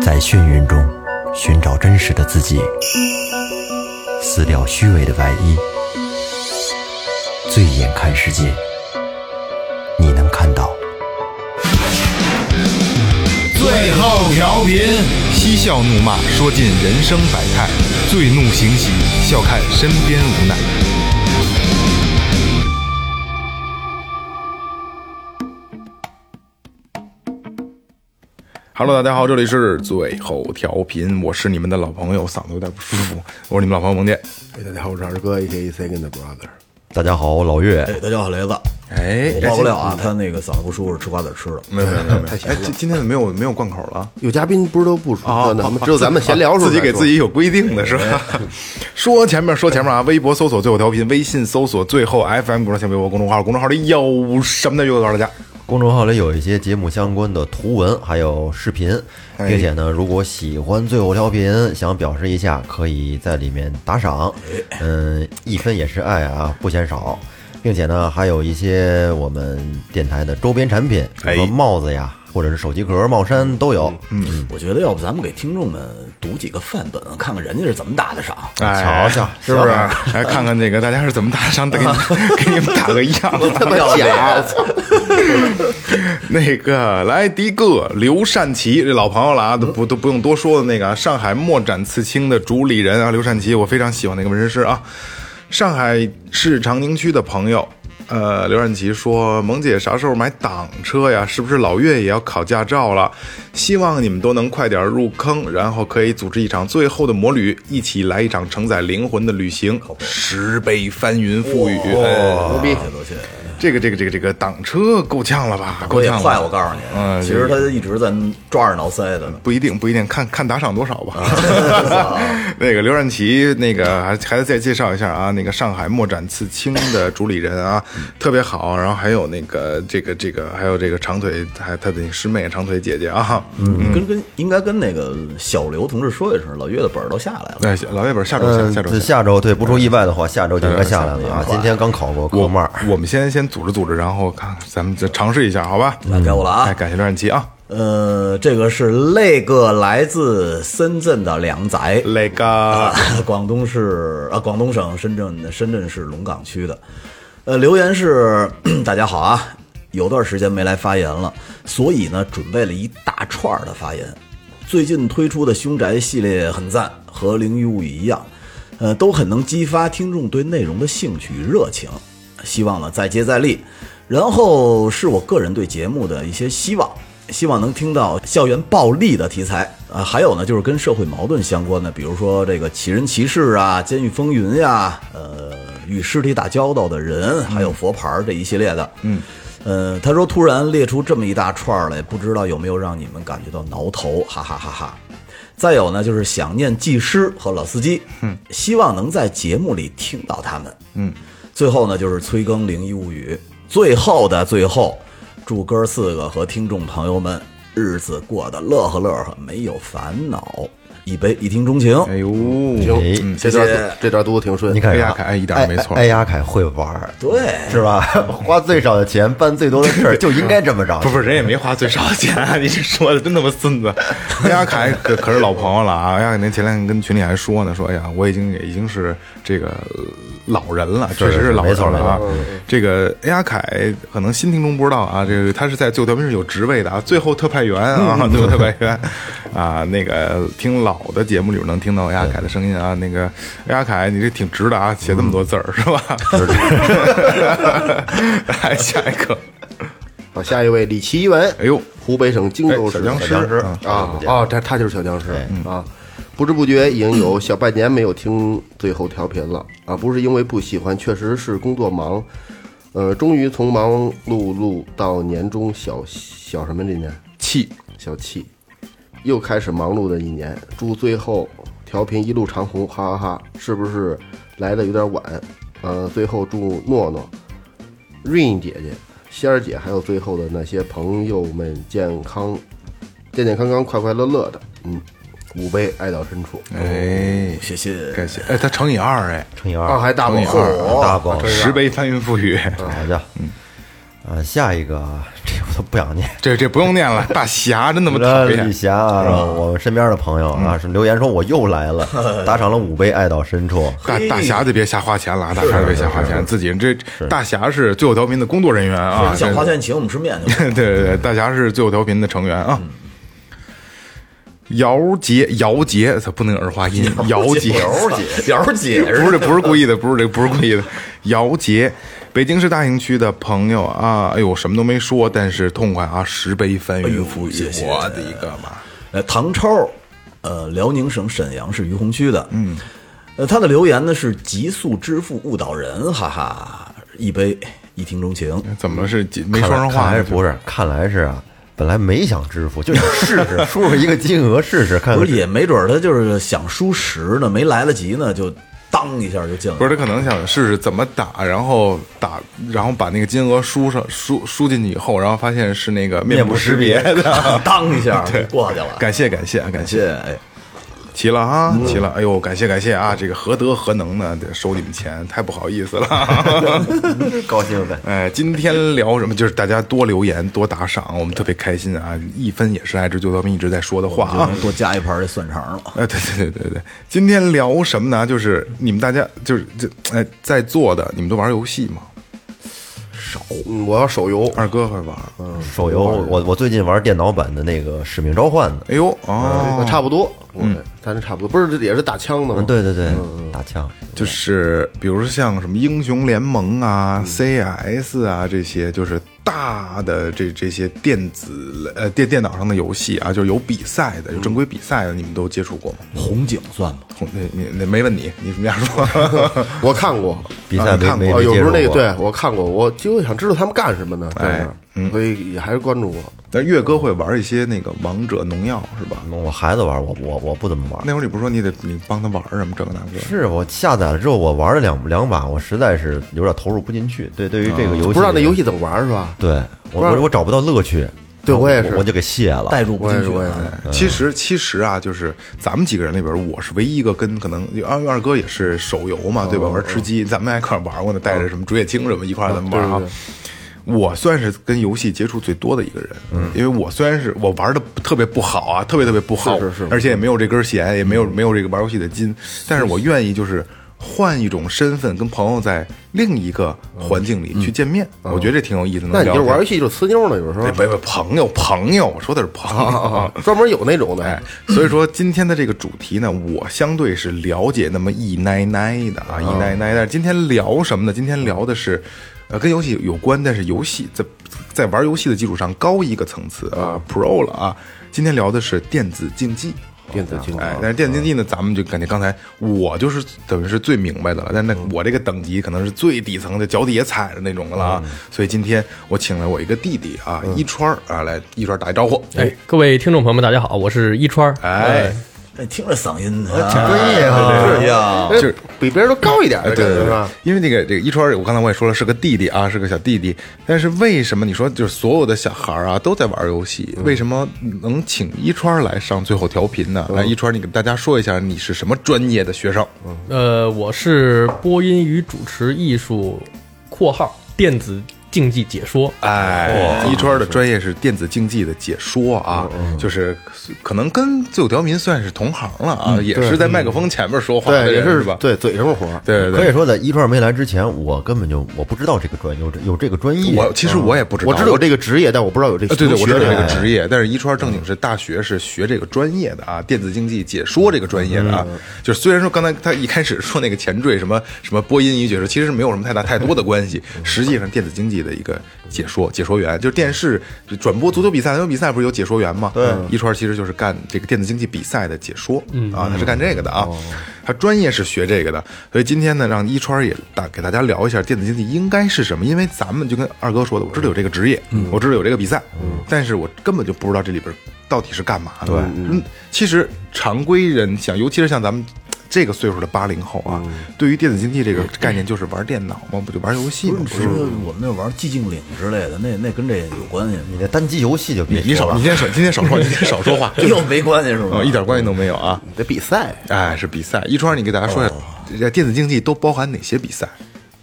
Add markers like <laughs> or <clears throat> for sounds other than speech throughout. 在眩晕中寻找真实的自己，撕掉虚伪的外衣，醉眼看世界，你能看到。最后调频，嬉笑怒骂，说尽人生百态；醉怒行喜，笑看身边无奈。Hello，大家好，这里是最后调频，我是你们的老朋友，嗓子有点不舒服，我是你们老朋友蒙健。哎，大家好，我是二哥，A K A Second Brother。大家好，我老岳。哎，大家好，雷子。哎，我报不了啊，他那个嗓子不舒服，吃瓜子吃的。没有没有没有没有，哎，今今天怎么没有没有贯口了？啊有嘉宾不是都不说呢吗？只有咱们闲聊时候哦自己才给说自己有规定的是吧？哎说前面说前面啊，微博搜索最后调频，微信搜索最后 FM 公众号、微博公众号、公众号里有什么的就告诉大家。公众号里有一些节目相关的图文，还有视频，哎并且呢，如果喜欢最后调频，想表示一下，可以在里面打赏，哎嗯，一分也是爱啊，不嫌少，并且呢，还有一些我们电台的周边产品，比如说哎帽子呀，或者是手机壳、帽衫都有。嗯，我觉得要不咱们给听众们读几个范本，看看人家是怎么打的赏。哎瞧瞧是不是？来看看那个大家是怎么打赏， <laughs> 给你们给你们打个样。他妈假，那个来第一个刘善奇，这老朋友了啊，都不都不用多说的那个啊上海墨展刺青的主理人啊，刘善奇，我非常喜欢那个纹身师啊。上海市长宁区的朋友，呃，刘善奇说：“萌姐啥时候买挡车呀？是不是老岳也要考驾照了？希望你们都能快点入坑，然后可以组织一场最后的魔旅，一起来一场承载灵魂的旅行，十倍翻云覆雨。哎牛逼！都去，这个这个这个这个挡车够呛了吧？我啊够也呛了快，我告诉你，嗯，其实他一直在抓耳挠腮的呢。不一定，不一定，看看打赏多少吧。啊 <laughs> 那个刘善奇，那个还还再介绍一下啊，那个上海墨展刺青的主理人啊，特别好。然后还有那个这个这个，还有这个长腿，还他的师妹长腿姐姐啊。嗯，跟跟应该跟那个小刘同志说一声，老岳的本儿都下来了。哎，老岳本下周下嗯，下周这下。下周对，不出意外的话，下周就应该下来了啊！今天刚考过科目二，我们先先组织组织，然后看看，咱们再尝试一下，好吧？来该我了啊哎，感谢刘善奇啊，呃，这个是那个来自深圳的梁仔，那个啊，广东市啊，广东省深圳深圳市龙岗区的，呃，留言是大家好啊，有段时间没来发言了，所以呢，准备了一大串儿的发言。最近推出的凶宅系列很赞，和《灵异物语》一样，呃，都很能激发听众对内容的兴趣与热情。啊希望呢再接呃再厉。然后是我个人对节目的一些希望，希望能听到校园暴力的题材啊，还有呢就是跟社会矛盾相关的，比如说这个奇人奇事啊、监狱风云呀、呃，与尸体打交道的人，还有佛牌儿这一系列的，嗯。呃，他说突然列出这么一大串儿来，不知道有没有让你们感觉到挠头，哈哈哈哈。再有呢，就是想念技师和老司机，嗯，希望能在节目里听到他们，嗯。最后呢，就是催更《灵异物语》，最后的最后，祝哥四个和听众朋友们日子过得乐呵乐呵，没有烦恼，一杯一听钟情。哎呦，哎行，这段读这段读的挺顺你。看哎呀呀，凯哎一点没错哎呀，凯会玩儿，对，是 <laughs> 吧？花最少的钱办最多的事儿，就应该这么着。不是，人也没花最少的钱、啊，你这说的真他妈孙子！哎呀，凯可可是老朋友了啊！哎呀，那前两天跟群里还说呢，说哎呀，我已经也已经是这个呃老人了，确实是是老没人错了啊。这个哎呀，凯可能新听众不知道啊，这个他是在最后调频是有职位的啊，最后特派员啊，最后特派员啊，那个听老的节目里边能听到哎呀凯的声音啊，那个哎呀凯，你这挺直的啊，写这么多字儿、是嗯 <laughs> 吧？来下一个，好，下一位李奇文，哎呦湖北省荆州市哎小僵尸哎啊啊，他他就是小僵尸啊。不知不觉已经有小半年没有听最后调频了啊，不是因为不喜欢，确实是工作忙。呃，终于从忙碌碌到年终小小什么这年气。小气，又开始忙碌的一年。祝最后调频一路长虹，哈哈哈！是不是来的有点晚？呃，最后祝诺诺、Rain 姐姐、仙儿姐，还有最后的那些朋友们健康、健健康康、快快乐乐的。嗯，五杯爱到深处。哎，谢谢。感谢。哎，他乘以二，哎，乘以啊，二，还大乘以宝二，大宝十杯翻云覆雨。嗯呃好的，嗯，啊，下一个啊，这我 <laughs> 都不想念。 <laughs> 这这不用念 <laughs> 了，大侠真他妈讨吕厌。霞啊，我们身边的朋友啊，是留言说我又来了，打赏了五杯，爱到深处。大大侠就别瞎花钱了啊！大侠就别瞎花钱，自己人这大侠是最后调频的工作人员啊，想这花钱请我们吃面去。 <laughs> 对对对，大侠是最后调频的成员啊。姚杰，姚杰，他不能有儿化音。姚杰，姚姐，姚姐不是不是故意的，不是这不是故意的。姚杰，北京市大兴区的朋友啊，哎呦，什么都没说，但是痛快啊，十杯翻云覆雨，谢谢我的一个妈！呃，唐超，呃，辽宁省沈阳市于洪区的，嗯，呃，他的留言呢是极速支付误导人，哈哈，一杯一听钟情，怎么是没说上看话？来是不是？看来是啊，本来没想支付，就想试试，输入一个金额试试看不看是。也没准儿他就是想输十呢，没来得及呢，就当一下就进来了，不是，他可能想试试怎么打，然后打，然后把那个金额输上输输进去以后，然后发现是那个面部识别 <laughs> 的。当一下就过去了，感谢感谢感谢，谢，哎，齐了啊，嗯齐了！哎呦，感谢感谢啊！这个何德何能呢？得收你们钱，太不好意思了。 <laughs> 高兴呗。 <laughs> 哎，今天聊什么？就是大家多留言，多打赏，我们特别开心啊！一分也是爱之就咱们一直在说的话啊。嗯多加一盘这蒜肠了。哎，对对对对对，今天聊什么呢？就是你们大家就是这哎在座的，你们都玩游戏吗？嗯，我要手游，二哥会玩，手游，我我最近玩电脑版的那个《使命召唤》呢。哎呦哦，差不多，嗯，咱这差不多，不是这也是打枪的吗？嗯，对对对，打枪。就是比如说像什么英雄联盟啊、CS 啊这些，就是大的这这些电子呃电电脑上的游戏啊，就是有比赛的，有正规比赛的，你们都接触过吗？红警算吗？红那你那没问你，你们家 <laughs> 说，我看过，比赛没看过没哦，没有接时候触那个过对我看过，我就想知道他们干什么呢，在那儿，所以也还是关注我。但岳哥会玩一些那个王者农药是吧？我孩子玩，我我我不怎么玩。那会儿你不是说你得你帮他玩儿什么这个那个？是我下载了之后，我玩了两两把，我实在是有点投入不进去。对，对于这个游戏，嗯不知道那游戏怎么玩是吧？对不我知我道我找不到乐趣，对我也是我就给卸了。代入不我也进是，去我也啊。是。其实其实啊，就是咱们几个人里边，我是唯一一个跟可能二二哥也是手游嘛，哦对吧？玩吃鸡，咱们还一块玩过呢，带着什么竹叶青什么一块儿咱们玩啊。哦我算是跟游戏接触最多的一个人，嗯，因为我虽然是我玩的特别不好啊，特别特别不好，是是是嗯而且也没有这根弦，也没有没有这个玩游戏的筋，但是我愿意就是换一种身份，跟朋友在另一个环境里去见面，我觉得这挺有意思的。嗯那你能就聊天玩游戏哦就呲妞呢，有时候哎，不不，朋友朋友，我说的是朋友。专门有那种哎的，，所以说今天的这个主题呢，我相对是了解那么一奶奶的哦啊，一奶奶。但是今天聊什么呢？今天聊的是，呃，跟游戏有关，但是游戏在在玩游戏的基础上高一个层次啊，Pro 了啊。今天聊的是电子竞技。电子啊竞技哦哎，但是电子竞技呢，咱们就感觉刚才我就是等于是最明白的了，但是那嗯我这个等级可能是最底层的，脚底也踩着那种的了啊。嗯所以今天我请了我一个弟弟啊，一川儿啊，来一川儿打一招呼。哎，各位听众朋友们，大家好，我是一川儿。哎，哎，听着嗓音，挺专业啊是呀，哎比别人都 <laughs> 高一点的感哎对对觉对是吧？，因为这个这个一川儿，我刚才我也说了是个弟弟啊，是个小弟弟。但是为什么你说就是所有的小孩儿啊都在玩游戏，嗯为什么能请一川儿来上最后调频呢？嗯来，一川儿，你给大家说一下你是什么专业的学生？呃，我是播音与主持艺术（括号电子竞技解说哎，一川儿的专业是电子竞技的解说啊，嗯就是可能跟最后调频算是同行了啊，也是在麦克风前面说话的嗯对，也人是吧？对嘴上的活儿。对对对，可以说，在一川没来之前，我根本就我不知道这个专有这有这个专业。嗯我其实我也不知道，我知道有这个职业，但我不知道有这啊，个对对，我知道有这个学历职业，但啊是一川正经是大学是学这个专业的啊，电子竞技解说这个专业的啊。就是虽然说刚才他一开始说那个前缀什么什么播音与解说，其实没有什么太大太多的关系，实际上电子竞技的一个解说解说员，就是电视转播足球比赛、篮球比赛不是有解说员吗？对，一川其实就是干这个电子竞技比赛的解说啊，他是干这个的啊，他专业是学这个的，所以今天呢，让一川也大给大家聊一下电子竞技应该是什么，因为咱们就跟二哥说的，我知道有这个职业，我知道有这个比赛，但是我根本就不知道这里边到底是干嘛的。对，嗯，其实常规人想，尤其是像咱们。这个岁数的八零后啊，对于电子竞技这个概念，就是玩电脑嘛，不就玩游戏嘛？不是我们那玩寂静岭之类的，那那跟这有关系吗？你那单机游戏就别你说少，了你，先少，今天少 <laughs> 说，你今天少说话，又 <laughs> 没关系是吗嗯，？一点关系都没有啊。得比赛，哦哎，是比赛。一川，你给大家说一下，这电子竞技都包含哪些比赛？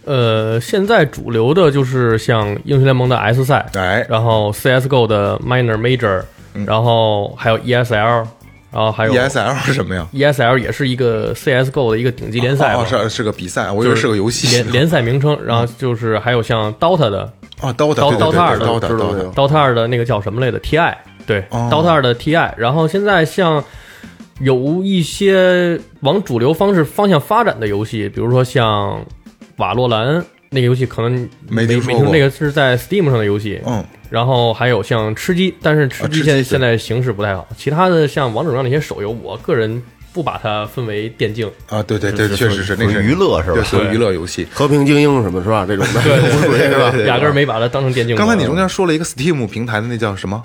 呃，现在主流的就是像英雄联盟的 S 赛，哎，嗯然后 CSGO 的 Minor Major，然后还有 ESL，然后哎还有 ESL 是 E 什么呀？ ESL 也是一个 CSGO 的一个顶级联赛哦，嘛，是是个比赛，我以就为是个游戏。联联赛名称。然后就是还有像 DOTA 的哦，DOTA 刀对对刀塔对尔对的，DOTA 知道没 DOTA 有？ ，DOTA 二的那个叫什么来的 TI，对哦，DOTA 二的 TI。然后现在像有一些往主流方式方向发展的游戏，比如说像瓦洛兰那个游戏，可能没没听说过那个是在 Steam 上的游戏，嗯，然后还有像吃鸡，但是吃啊吃鸡鸡现对现在形势不太好。其他的像王者荣耀那些手游，我个人不把它分为电竞。啊，对对对，是确实是那属是于娱乐是吧对 <laughs> 属于娱乐游 <laughs> 戏。和平精英什么是吧？这种的， <laughs> 对是吧？压根儿没把啊它当成电竞玩。刚才你中间说了一个 Steam 平台的那叫什么？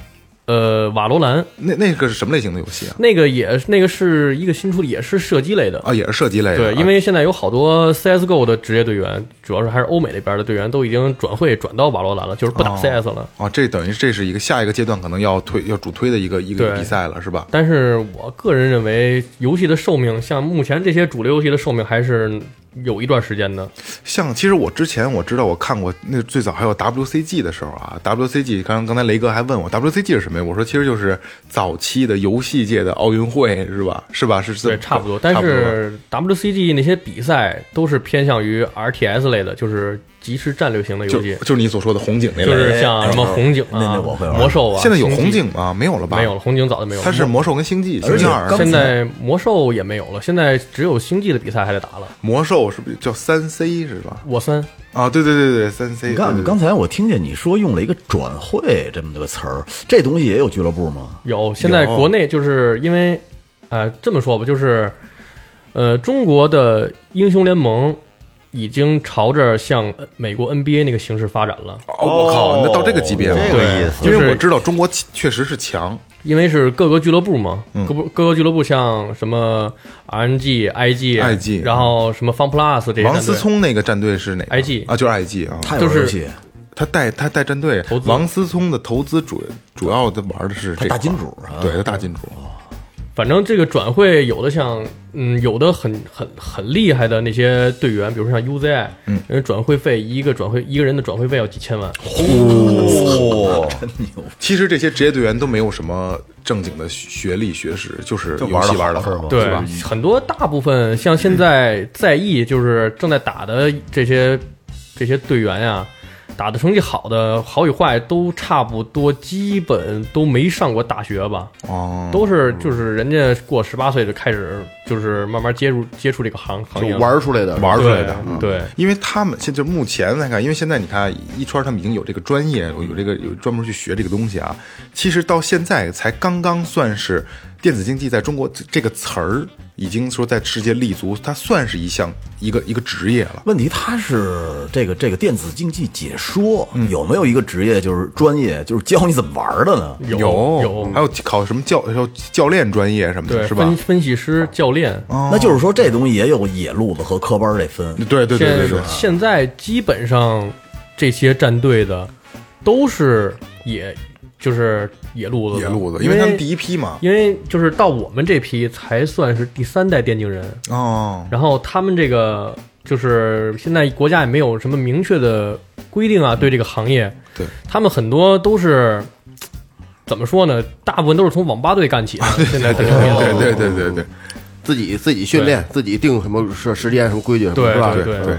呃，瓦罗兰那那个是什么类型的游戏啊？那个也那个是一个新出的，也是射击类的。啊，也是射击类的啊。对，因为现在有好多 CSGO 的职业队员，主要是还是欧美那边的队员，都已经转会转到瓦罗兰了，就是不打哦 CS 了。哦，这等于这是一个下一个阶段可能要推要主推的一个一个对比赛了，是吧？但是我个人认为，游戏的寿命，像目前这些主流游戏的寿命，还是有一段时间的。像其实我之前我知道我看过那最早还有 WCG 的时候啊，WCG 刚刚才雷哥还问我 WCG 是什么呀？我说其实就是早期的游戏界的奥运会是吧？是吧？是这对，差不多。但是 WCG 那些比赛都是偏向于 RTS 类的，就是即时战略型的就游戏，就是你所说的红警那类就的。是像什么红警那啊那我会、玩魔兽啊。现在有星际红警吗？没有了吧？没有了，红警早就没有了。它是魔兽跟星际，而星且际二刚才现在魔兽也没有了，现在只有星际的比赛还得打了。魔兽是不是叫三 C 是吧？我三啊，对对对对，三 C。你看，对对对刚才我听见你说用了一个“转会”这么个词儿，这东西也有俱乐部吗？有，现在国内就是因为，呃，这么说吧，就是，呃，中国的英雄联盟已经朝着向呃美国 NBA 那个形式发展了，哦，我靠，那到这个级哦别了，这个意思因就为是我知道中国确实是强，因为是各个俱乐部嘛，嗯各部各个俱乐部像什么 RNG、IG、 IG 然后什么 Fun Plus 这些王战思队，聪那个战队是哪个 IG 啊，就是 IG 啊，太有就是游戏，他带他带战队投，资王思聪的投资主主要的玩的是这块他大儿金主啊对他大金主，反正这个转会有的像，嗯，有的很很很厉害的那些队员，比如说像 UZI，嗯，人家转会费一个转会一个人的转会费要几千万，其实这些职业队员都没有什么正经的学历学识，就是游玩戏得玩的好是吗对吧？对，很多大部分像现在在役就是正在打的这些这些队员呀、打的成绩好的好与坏都差不多，基本都没上过大学吧，哦，都是就是人家过十八岁就开始就是慢慢接触接触这个行行业就了，玩出来的，玩出来对的。对。因为他们现在就目前来看，因为现在你看一圈他们已经有这个专业，有这个有专门去学这个东西啊。其实到现在才刚刚算是电子竞技在中国这这个词儿已经说在世界立足，它算是一项一个一个职业了。问题他是这个这个电子竞技解说、有没有一个职业就是专业就是教你怎么玩的呢？有有还有考什么教教教练专业什么对的，是吧分？分析师、教练，那就是说这东西也有野路子和科班这分。对对对现对对，现在基本上这些战队的都是野，就是野路子的，野路子，因因为他们第一批嘛。因为就是到我们这批才算是第三代电竞人，哦，然后他们这个就是现在国家也没有什么明确的规定啊，对这个行业，对他们很多都是怎么说呢？大部分都是从网吧队干起的，现在这个行 <laughs> 业对对对对对自己自己训练，自己定什么时时间、什么规矩，对是吧？对对对。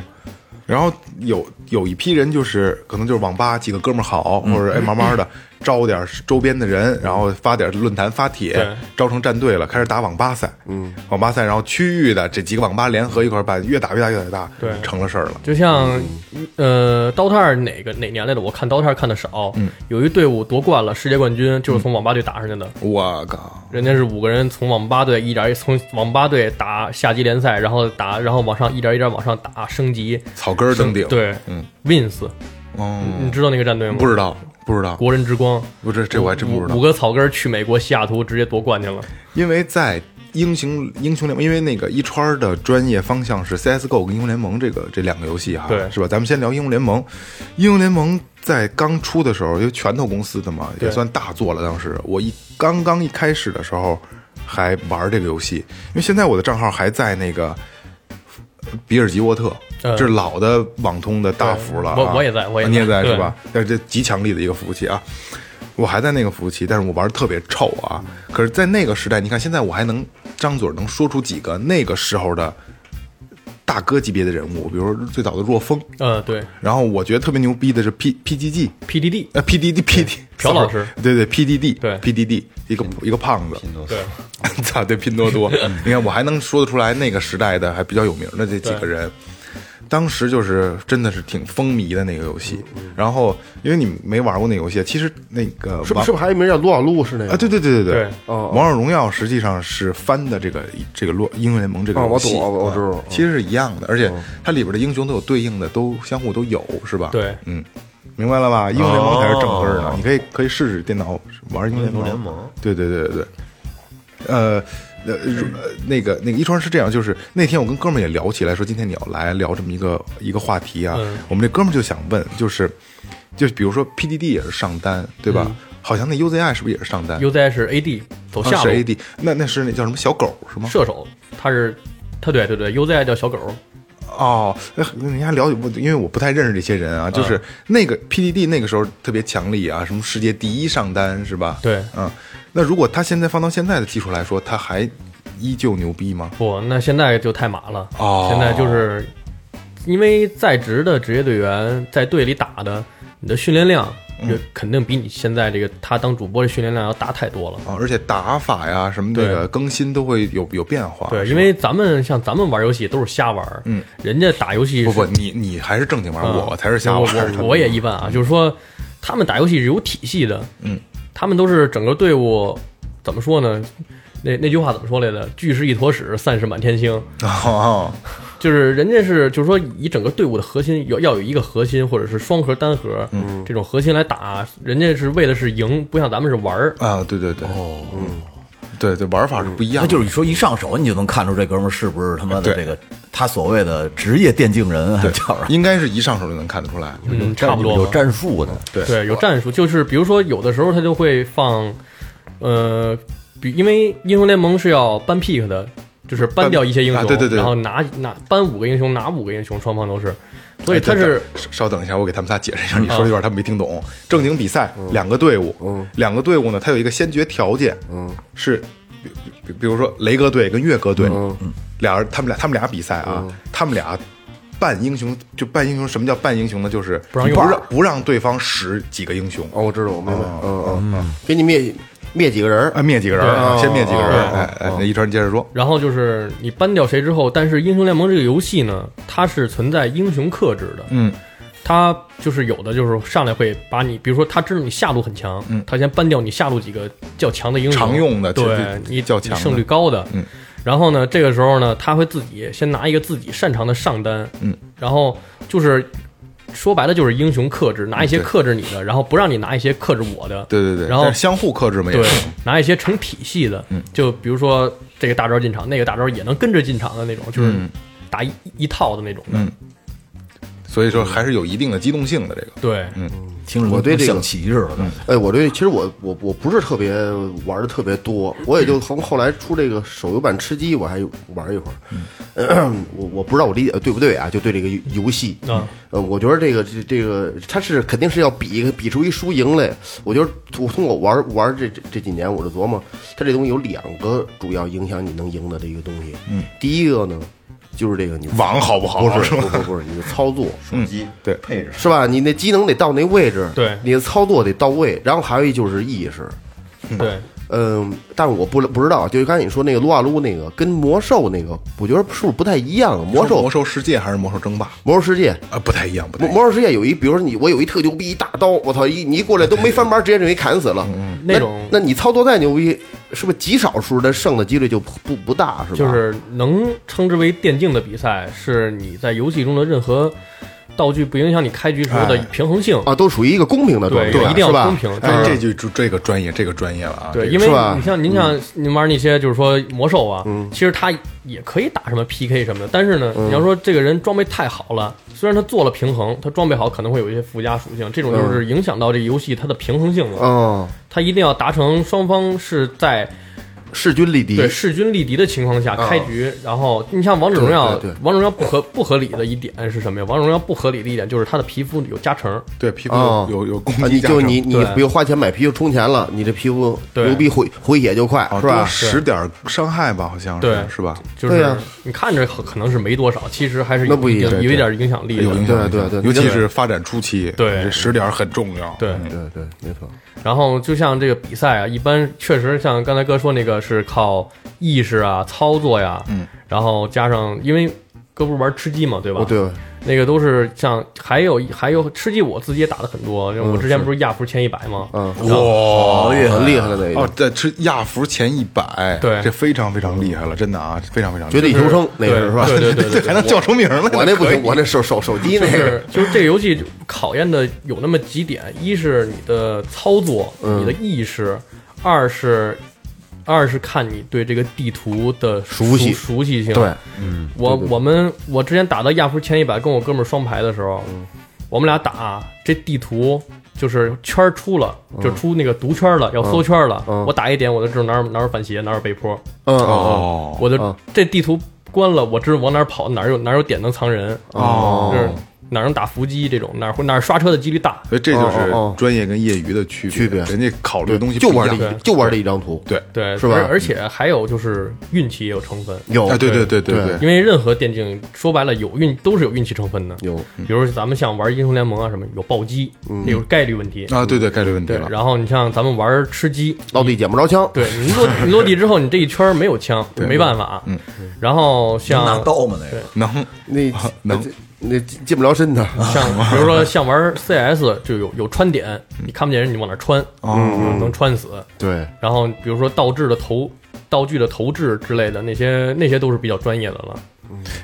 然后有有一批人就是可能就是网吧几个哥们儿好，嗯或者哎慢慢的招点周边的人，然后发点论坛发帖对，招成战队了，开始打网吧赛。嗯，网吧赛，然后区域的这几个网吧联合一块儿办，越打越大越打越大，对成了事儿了。就像，嗯呃，刀塔哪个哪年来的？我看刀塔看的少。嗯有一队伍夺冠了世界冠军，就是从网吧队打上去的。我靠！人家是五个人从网吧队一点一从网吧队打下级联赛，然后打，然后往上一点一点往上打升级，草根儿登顶。升对，嗯，Wins，哦，你知道那个战队吗？不知道，不知道，国人之光，不这这我还真不知道五。个草根儿去美国西雅图直接夺冠去了。因为在英雄英雄联盟，因为那个一川儿的专业方向是 CSGO 跟英雄联盟这个这两个游戏哈，对是吧？咱们先聊英雄联盟。英雄联盟在刚出的时候，因为拳头公司的嘛，也对算大作了。当时我一刚刚一开始的时候还玩这个游戏，因为现在我的账号还在那个比尔吉沃特，呃这是老的网通的大服了啊。对我我也在我也在你也在对是吧？但是这极强力的一个服务器啊。我还在那个服务器，但是我玩的特别臭啊。可是，在那个时代，你看现在我还能张嘴能说出几个那个时候的大哥级别的人物，比如说最早的若风，呃，对然后我觉得特别牛逼的是 P P G G， ，PDD，呃 P D D P D <laughs> 朴老师， <laughs> 对对 P D D 对 P D D 一个一个胖子，对， <laughs> 操对拼多多，你看我还能说得出来那个时代的还比较有名的这几个人，当时就是真的是挺风靡的那个游戏。然后因为你没玩过那游戏，其实那个是不王是是不是还有名叫撸啊撸是那个？啊，对对对对对哦王者荣耀实际上是翻的这个这个洛英雄联盟这个哦我游戏，懂我我知道啊嗯其实是一样的，而且它里边的英雄都有对应的，都相互都有，是吧？对嗯，明白了吧？英雄联盟才是正字儿呢哦，你可以可以试试电脑玩英雄联盟。英雄联盟对对对对对，呃。呃，如呃那个那个一川是这样，就是那天我跟哥们儿也聊起来，说今天你要来聊这么一个一个话题啊，嗯我们这哥们儿就想问，就是就比如说 PDD 也是上单，对嗯吧？好像那 UZI 是不是也是上单 u z 是 AD 走下啊路是 AD，那那是那叫什么小狗是吗？射手，他是他对对对，UZI 叫小狗，哦，那人家了解不？因为我不太认识这些人啊，嗯就是那个 PDD 那个时候特别强力啊，什么世界第一上单是吧？对嗯，那如果他现在放到现在的技术来说，他还依旧牛逼吗？不，那现在就太麻了。哦现在就是因为在职的职业队员在队里打的，你的训练量嗯也肯定比你现在这个他当主播的训练量要大太多了。啊，而且打法呀什么这个更新都会有有变化。对，哦是因吧为咱们像咱们玩游戏都是瞎玩，嗯，人家打游戏不是不，你你还是正经玩，嗯我才是瞎我玩儿。我我也一般啊，就是说他们打游戏是有体系的，嗯，他们都是整个队伍怎么说呢？那那句话怎么说来着？聚是一坨屎，散是满天星。 <laughs> 哦，就是人家是，就是说以整个队伍的核心要要有一个核心，或者是双核、单核、嗯这种核心来打，人家是为的是赢，不像咱们是玩儿。啊，对对对，哦，嗯，对对，玩法是不一样的，他就是说一上手你就能看出这哥们儿是不是他妈的对这个他所谓的职业电竞人，啊还叫啥？应该是一上手就能看得出来。嗯，差不有多吧。战术的，对对，有战术，就是比如说有的时候他就会放，呃，比因为英雄联盟是要搬 pick 的，就是搬搬掉一些英雄，啊对对对然后拿拿搬五个英雄，拿五个英雄，双方都是，所以他是嗯哎稍稍等一下，我给他们仨解释一下，你说这段他们没听懂。正经比赛两个队伍，两个队伍呢，它有一个先决条件，嗯是比比比如说雷哥队跟岳哥队，嗯嗯俩人他们俩他们俩比赛啊，他们俩。半英雄就半英雄，什么叫半英雄呢？就是不让用让不让对方使几个英雄，哦，我知道，我明白，嗯嗯，给你灭灭几个人啊，儿，灭几个人啊，对先灭几个人哦儿。哦哦哎哎，那一川接着说，然后就是你搬掉谁之后，但是英雄联盟这个游戏呢，它是存在英雄克制的，嗯，他就是有的就是上来会把你，比如说他知道你下路很强，嗯他先搬掉你下路几个较强的英雄，常用的就对是你较强的你胜率高的，嗯然后呢，这个时候呢，他会自己先拿一个自己擅长的上单，嗯，然后就是说白了就是英雄克制，拿一些对克制你的，然后不让你拿一些克制我的，对对对，然后但是相互克制嘛，也对是，嗯拿一些成体系的，就比如说这个大招进场，那个大招也能跟着进场的那种，就是嗯打一一套的那种的，嗯所以说还是有一定的机动性的这个。对，听着我对这个像棋似的。哎，我对，其实我我我不是特别玩的特别多，我也就从后来出这个手游版吃鸡，我还有玩一会儿。我我不知道我理解呃对不对啊？就对这个游戏，啊呃，我觉得这个这这个它是肯定是要比一个比出一输赢来。我觉得我通过玩玩这这这几年，我就琢磨，它这东西有两个主要影响你能赢的这个东西。嗯，第一个呢，就是这个你网好不好哦不是是吧不不不是你的操作，手机对配置，是吧？你那机能得到那位置，嗯对你的操作得到位，然后还有一就是意识。对，嗯，但是我不不知道，就刚才你说那个撸啊撸那个跟魔兽那个，我觉得是不是不太一样？啊魔兽魔兽世界还是魔兽争霸魔兽世界，啊？不太一样，不太魔一样。魔兽世界有一，比如说你我有一特牛逼一大刀，我操一你一过来都没翻盘，直接就给砍死了。那嗯那种那你操作再牛逼，是不是极少数的胜的几率就不不不大，是吧？就是能称之为电竞的比赛，是你在游戏中的任何道具不影响你开局时候的哎平衡性。啊，都属于一个公平的状态，对一定要是吧公平就哎，是这就这这个专业，这个专业了啊。对，这个因为是吧嗯你像您像您玩那些就是说魔兽啊，其实他也可以打什么 PK 什么的，但是呢，嗯你要说这个人装备太好了，虽然他做了平衡，他装备好可能会有一些附加属性，这种就是哦影响到这游戏它的平衡性了。嗯，他一定要达成双方是在势均力敌，对势均力敌的情况下啊开局，然后你像王者荣耀对对对，王者荣耀不合不合理的一点是什么呀？王者荣耀不合理的一点就是它的皮肤有加成，对皮肤啊有有有攻啊，击你加就成，你你对不用花钱买皮肤充钱了，你这皮肤对牛逼回回血就快，啊是多吧？十点伤害吧，好像是对是吧？就对是啊你看着可可能是没多少，其实还是有那不一有定有一点影响力有影的。响，对对对嗯尤其是发展初期，对这十点很重要。嗯对，对对，没错。然后就像这个比赛啊，一般确实像刚才哥说那个是靠意识啊、操作呀，嗯，然后加上因为哥不是玩吃鸡嘛，对吧？哦，对，那个都是像还有还有吃鸡，我自己也打的很多。因为我之前不是亚服前一百吗？嗯，哇厉害很厉害的那哦个，，在吃亚服前一百，对这非常非常厉害了，真的啊，非常非常厉害绝地求生那对个是吧？对对对对这还能叫出名来哦呢？ <laughs> 我那不可以行，我那手手手机那就个是就是这个游戏考验的有那么几点：一是你的操作，嗯你的意识；二是二是看你对这个地图的熟悉熟悉性。对，我对对我们我之前打到亚服前一百，跟我哥们儿双排的时候，嗯我们俩打这地图。就是圈儿出了，就出那个毒圈儿了，要缩圈儿了。嗯我打一点，我就知道哪儿哪儿有反斜，哪儿有背坡。嗯哦哦我就、啊这地图关了，我知道往哪儿跑，哪儿有哪儿有点能藏人，哦就是哪儿能打伏击这种，哪儿会哪儿刷车的几率大。所以这就哦哦哦是专业跟业余的区区别人家考虑的东西就不一玩样这一就玩这一张图，对对，是吧而而且还有就是运气也有成分，有啊，对对对对对因为任何电竞说白了有运都是有运气成分的。有比如咱们像玩英雄联盟啊什么，有暴击，这有概率问题。啊，对对，概率问题对了，。然后你像咱们玩吃鸡，落地捡不着枪，对你落你落地之后，你这一圈儿没有枪，没办法。啊嗯，然后像拿刀嘛那个对。能那啊能啊这那进不了身的，像比如说像玩 CS 就有有穿点，你看不见人你往哪穿，嗯，能穿死。对，然后比如说道具的投道具的投掷之类的那些那些都是比较专业的了。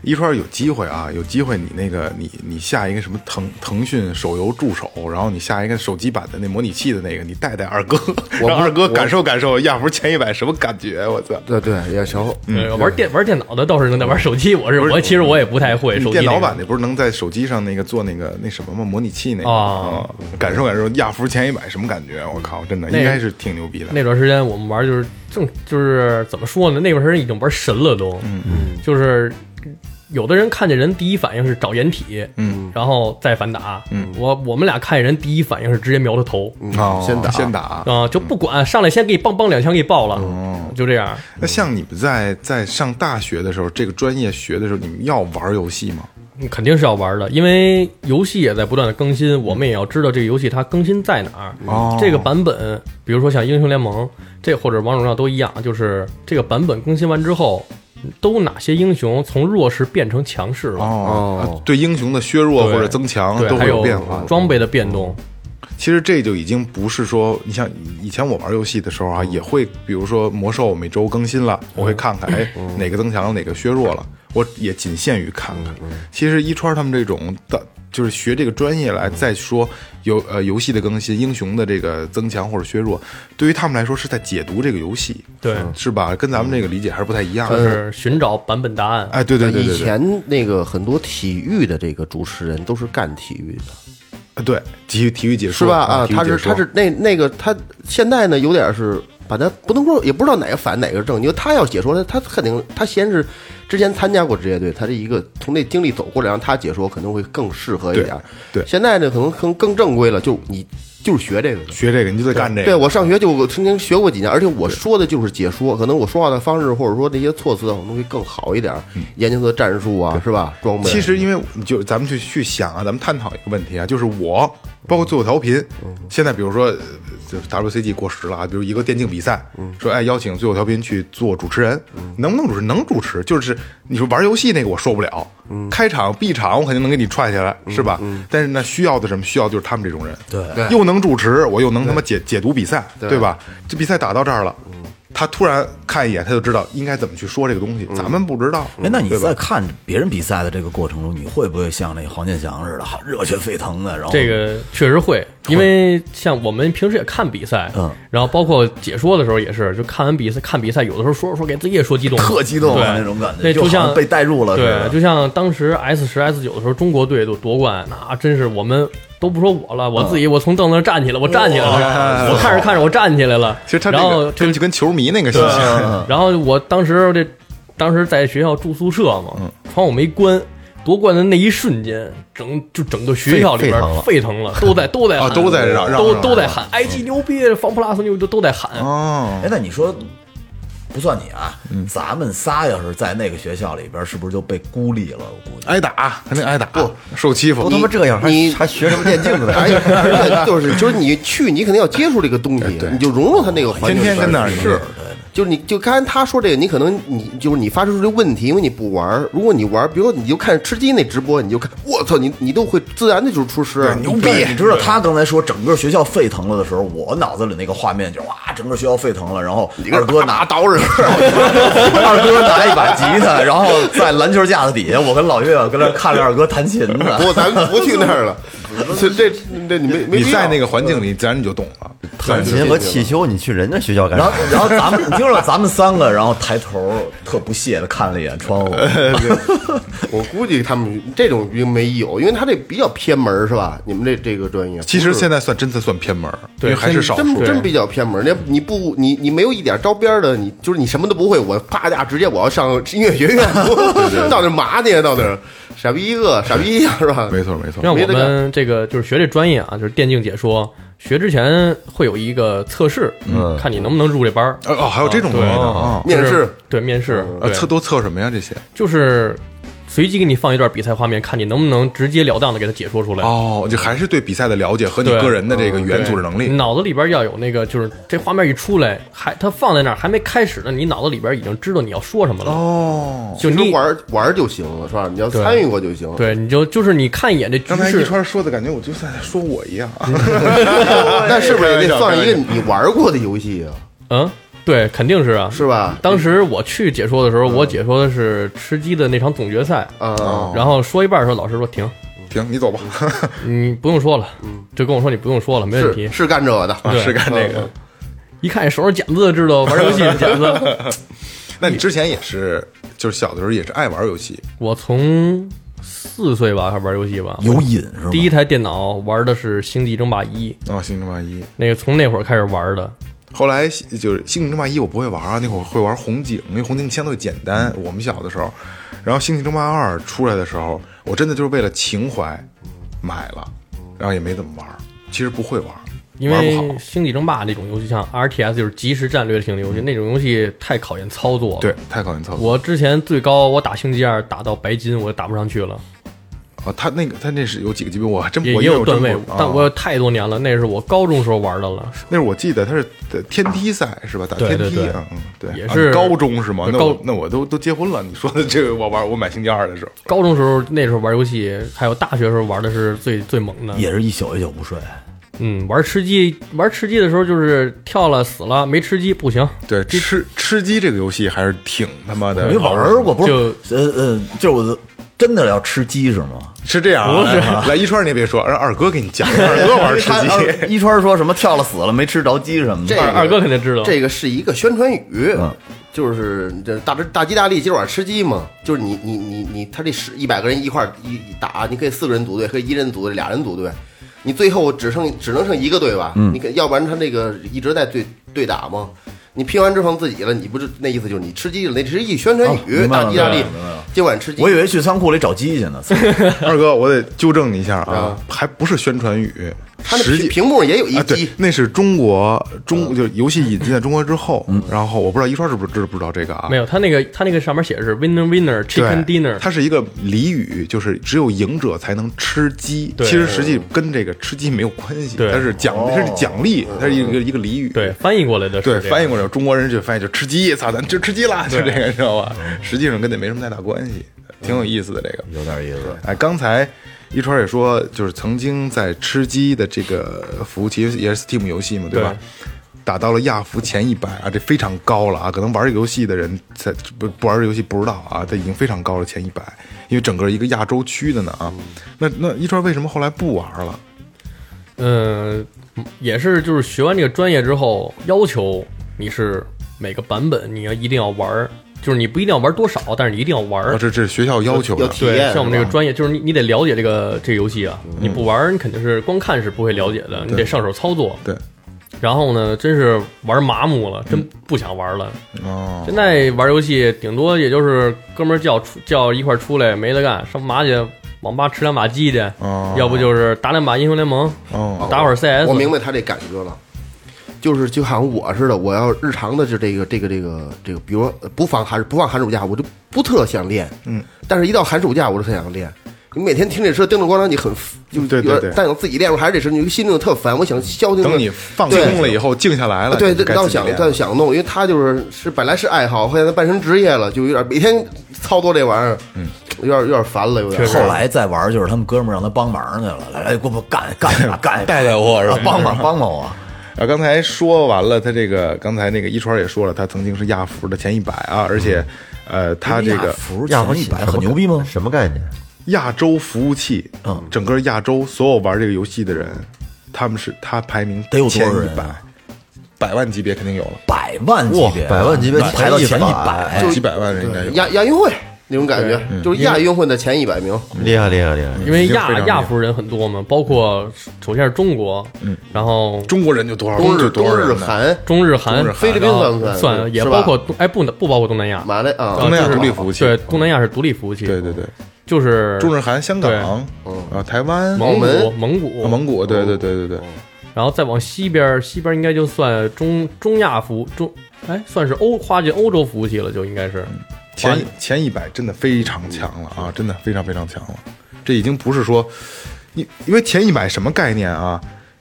一川有机会啊，有机会你那个你你下一个什么腾腾讯手游助手，然后你下一个手机版的那模拟器的那个，你带带二哥，我让不二哥我感受感受亚服前一百什么感觉，我操！对对也行，嗯呃玩电玩电脑的倒是能在玩手机，我是我其实我也不太会手机那电个。脑版的不是能在手机上那个做那个那什么吗？模拟器那个哦啊，感受感受亚服前一百什么感觉？我靠，真的那应该是挺牛逼的。那段时间我们玩就是正就是怎么说呢？那段时间已经玩神了都，嗯嗯，就是有的人看见人第一反应是找掩体，嗯，然后再反打，嗯，我我们俩看见人第一反应是直接瞄他头，嗯，哦先打先打。啊、就不管上来先给你梆梆两枪给你爆了，就这样。那像你们在在上大学的时候，这个专业学的时候，你们要玩游戏吗？嗯肯定是要玩的，因为游戏也在不断的更新，我们也要知道这个游戏它更新在哪儿。哦这个版本，比如说像英雄联盟这或者王者荣耀都一样，就是这个版本更新完之后，都哪些英雄从弱势变成强势了，哦，啊对英雄的削弱对或者增强对，都还会有嗯变化。装备的变动，其实这就已经不是说，你像以前我玩游戏的时候啊，也会，比如说魔兽每周更新了，我会看看，哎，哪个增强了，哪个削弱了，我也仅限于看看。其实一川他们这种的，就是学这个专业来再说游呃游戏的更新、英雄的这个增强或者削弱，对于他们来说是在解读这个游戏，对，是吧？跟咱们这个理解还是不太一样就的。是寻找版本答案。嗯哎，对对对对以对，前那个很多体育的这个主持人都是干体育的，对体育体育解是说吧？啊，体育他解是说他是那那个他现在呢有点是把他不能说也不知道哪个反哪个正，因为他要解说他他肯定他先是之前参加过职业队，他这一个从那经历走过来，让他解说可能会更适合一点。对对现在呢可能更更正规了，就你就是学这个的。学这个，你就得干这个。对我上学就曾经学过几年，而且我说的就是解说，可能我说话的方式或者说那些措辞可能会更好一点，研究的战术啊，是吧？装备嗯其实，因为就咱们去去想啊，咱们探讨一个问题啊，就是我包括最后调频，现在比如说呃就是 WCG 过时了啊，比如一个电竞比赛，说哎邀请最后调频去做主持人，能不能主持？能主持，就是你说玩游戏那个我说不了，开场闭场我肯定能给你踹下来，是吧？但是呢，需要的什么？需要就是他们这种人，对又能主持，我又能他妈解解读比赛，对嗯吧？这比赛打到这儿了。他突然看一眼，他就知道应该怎么去说这个东西。咱们不知道，哎，那你嗯对吧在看别人比赛的这个过程中，你会不会像那黄健翔似的，哈热血沸腾的？然后这个确实会，因为像我们平时也看比赛，嗯，然后包括解说的时候也是，就看完比赛看比赛，有的时候说着说着给自己也说激动了，特激动啊对那种感觉，对，就就好像像被带入了似对，的。嗯就像当时 S 十 S 九的时候，中国队都夺冠，那真是我们都不说我了，我自己我从凳子上站起来，我站起来了，我看着看着我站起来了。哎其实他这然个后这就跟球迷那个形嗯象，然后我当时这当时在学校住宿舍嘛，窗户没关。夺冠的那一瞬间，整就整个学校里边沸腾了沸腾了，嗯都在都在啊喊，都在嚷嚷都嚷都在喊埃及牛逼，防普拉斯牛逼，都都在喊。哦，哎，那你说不算你啊，嗯咱们仨要是在那个学校里边，是不是就被孤立了？我估计。挨打肯定挨打，受欺负都。他妈这样，还你还学什么 <laughs> 电竞的呢？而且而且就是就是你去，你肯定要接触这个哎东西，你就融入他那个环天境。天跟那儿是，就是你就刚才他说这个，你可能你就是你发出这个问题，因为你不玩儿。如果你玩儿，比如你就看吃鸡那直播，你就看我操，你你都会自然的就是出师。牛逼对，你知道他刚才说整个学校沸腾了的时候，我脑子里那个画面就是哇，整个学校沸腾了，然后二哥拿刀着， <laughs> 二哥拿一把吉他，然后在篮球架子底下，我跟老岳跟那看着二哥弹琴呢。不，咱不去 <laughs> 那儿了。这这这你没没你必要在那个环境里，自然你就懂了。弹琴和汽修，你去人家学校干然啥后？，然后咱们你听着，咱们三个，然后抬头特不屑的看了一眼窗户，我估计他们这种应没有，因为他这比较偏门儿是吧？你们这这个专业，其实不是现在算真的算偏门儿，因对为还是少真数。真比较偏门儿。那你不你你没有一点招边儿的，你就是你什么都不会，我啪一下直接我要上音乐学院， <laughs> 到那儿麻去，到那儿傻逼一个，傻逼一样是吧？没错没错，像没我得干们这个就是学这专业啊，就是电竞解说，学之前会有一个测试，嗯，看你能不能入这班儿。呃哦，还有这种东西呢啊面就是试对面试，啊！对测都测什么呀？这些就是随机给你放一段比赛画面，看你能不能直截了当的给它解说出来。哦，就还是对比赛的了解和你对个人的这个语言组织能力。脑子里边要有那个，就是这画面一出来，还它放在那儿还没开始呢，你脑子里边已经知道你要说什么了。哦，就其你实玩儿玩儿就行了是吧？你要参与过就行。对，你就就是你看一眼这局刚才一势，川说的感觉，我就在说我一样啊。那是不是也得算开一玩个笑你玩儿过的游戏啊？嗯，对，肯定是啊，是吧当时我去解说的时候，我解说的是吃鸡的那场总决赛，哦啊，然后说一半的时候，老师说停， <laughs> 行，你走吧， <laughs> 嗯你不用说了，就跟我说你不用说了，没问题是。是干这个的，对啊嗯是干这个。一看手上茧子，知道玩游戏的 <laughs> 茧子。那你之前也是，就是小的时候也是爱玩游戏，我从四岁吧，还玩游戏吧。有瘾是吗？第一台电脑玩的是《星际争霸一》，啊，《星际争霸一》。那个从那会儿开始玩的。后来就是《星际争霸一》，我不会玩啊，那会儿会玩红警，因为红警相对简单。我们小的时候，然后《星际争霸二》出来的时候，我真的就是为了情怀买了，然后也没怎么玩，其实不会玩，因玩为不好《星际争霸》那种游戏，像 RTS 就是即时战略型的游戏，那种游戏太考验操作了。嗯对，，太考验操作。我之前最高我打《星际二》打到白金，我打不上去了，啊，他那个他那是有几个级别，我还真也我也因为有我段真位不，啊但我有太多年了，那是我高中时候玩的了。那是我记得他是呃天梯赛是吧？打对天对梯对啊，嗯，对，也啊是高中是吗？那我高那我都都结婚了，你说的这个我玩我买星际二的时候，高中时候那时候玩游戏，还有大学时候玩的是最最猛的。也是一宿一宿不睡，嗯，玩吃鸡，玩吃鸡的时候就是跳了死了，没吃鸡不行。对吃吃鸡这个游戏还是挺他妈的没玩儿过，不是？就呃呃，就是我真的要吃鸡是吗？是这样啊，来来一川你也别说，让二哥给你 <laughs> 讲，二哥玩吃他鸡。二一川说什么跳了死了没吃着鸡什么这的，个二二哥肯定知道，这个是一个宣传语嗯，就是这大大吉大利，今晚吃鸡嘛，就是你你你你，他这十一百个人一块儿一一打，你可以四个人组队，可以一人组队，俩人组队，你最后只剩只能剩一个队吧？嗯你可要不然他那个一直在对对打嘛。你拼完之后自己了，你不是那意思就是你吃鸡了，那只是一宣传哦语，明白了大吉大利明白了明白了，今晚吃鸡。我以为去仓库里找鸡去呢。操 <laughs> 二哥，我得纠正你一下啊，还不是宣传语，他那实屏际。屏幕上也有一啊，对鸡，，那是中国嗯中就游戏引进在中国之后，然后我不知道一川是不是知不知道这个啊？没有他那个他那个上面写的是 winner winner 对 chicken dinner，它是一个俚语，就是只有赢者才能吃鸡。其对实实际跟这个吃鸡没有关系，对哦它是奖，它是奖励，它是一个一个俚语。对翻译过来的是对，这样翻译过来，中国人就翻译就吃鸡，操，咱就吃鸡啦，就这个，知道吧？实际上跟那没什么太大关系，挺有意思的这个。有点意思，哎，刚才一川也说，就是曾经在吃鸡的这个服务器也是 Steam 游戏嘛，对吧？打到了亚服前一百啊，这非常高了啊！可能玩这个游戏的人在不不玩这游戏不知道啊，这已经非常高了前一百，因为整个一个亚洲区的呢啊。那那一川为什么后来不玩了？嗯，也是就是学完这个专业之后，要求你是每个版本你要一定要玩儿就是你不一定要玩多少，但是你一定要玩。啊这这是学校要求要的，体对，验像我们这是个吧专业，就是你你得了解这个这个游戏啊，你不玩儿你肯定是光看是不会了解的，你得上手操作。嗯对，嗯然后呢，真是玩麻木了，真不想玩了。哦，现在玩游戏顶多也就是哥们儿叫出叫一块儿出来没得干，上麻去网吧吃两把鸡去，哦要不就是打两把英雄联盟，哦，打会儿 CS。我明白他这感觉了，就是就好像我似的，我要日常的就这个这个这个这个，比如说呃不放寒不放寒暑假，我就不特想练，嗯，但是一到寒暑假我就特想练。你每天听这车叮叮咣啷，你很就是对对有对但想自己练出还是这声，你心里就特烦。我想消停的。等你放对啊松了以后，静下来了，对，你该倒自己想练倒想弄，因为他就是是本来是爱好，后来他办成职业了，就有点每天操作这玩意儿，嗯，有点有点烦了，有点。后来再玩，就是他们哥们儿让他帮忙去了，来来，给我干干一把干一把，带带我是吧啊帮帮帮帮我。啊，刚才说完了，他这个刚才那个一川也说了，他曾经是亚服的前一百啊，而且，呃，他这亚个服亚前一百很牛逼吗？什么概念？亚洲服务器，嗯，整个亚洲所有玩这个游戏的人，他们是他排名得有多前少一人啊百，百万级别肯定有了，百万级别啊，哇百万级别排到前一100百，几百万人应该有。亚亚运会那种感觉，嗯就是亚运会的前一百名，厉害厉害厉害！嗯因为已经非亚常厉害亚服人很多嘛，包括首先是中国，然后嗯中国人就多少？中就日多少中日人呢？韩中日韩、菲律宾算不算算也是包吧括东哎不不包括东南亚，马来啊，东南亚就是独立服务器对，东南亚是独立服务器，对对对，就是中日韩、香对港，啊，台湾、蒙蒙古古蒙古啊蒙古，对对对对对，然后再往西边儿，西边儿应该就算中中亚服中，哎，算是欧跨进欧洲服务器了，就应该嗯是。前一前一百真的非常强了啊，真的非常非常强了。这已经不是说，因因为前一百什么概念啊？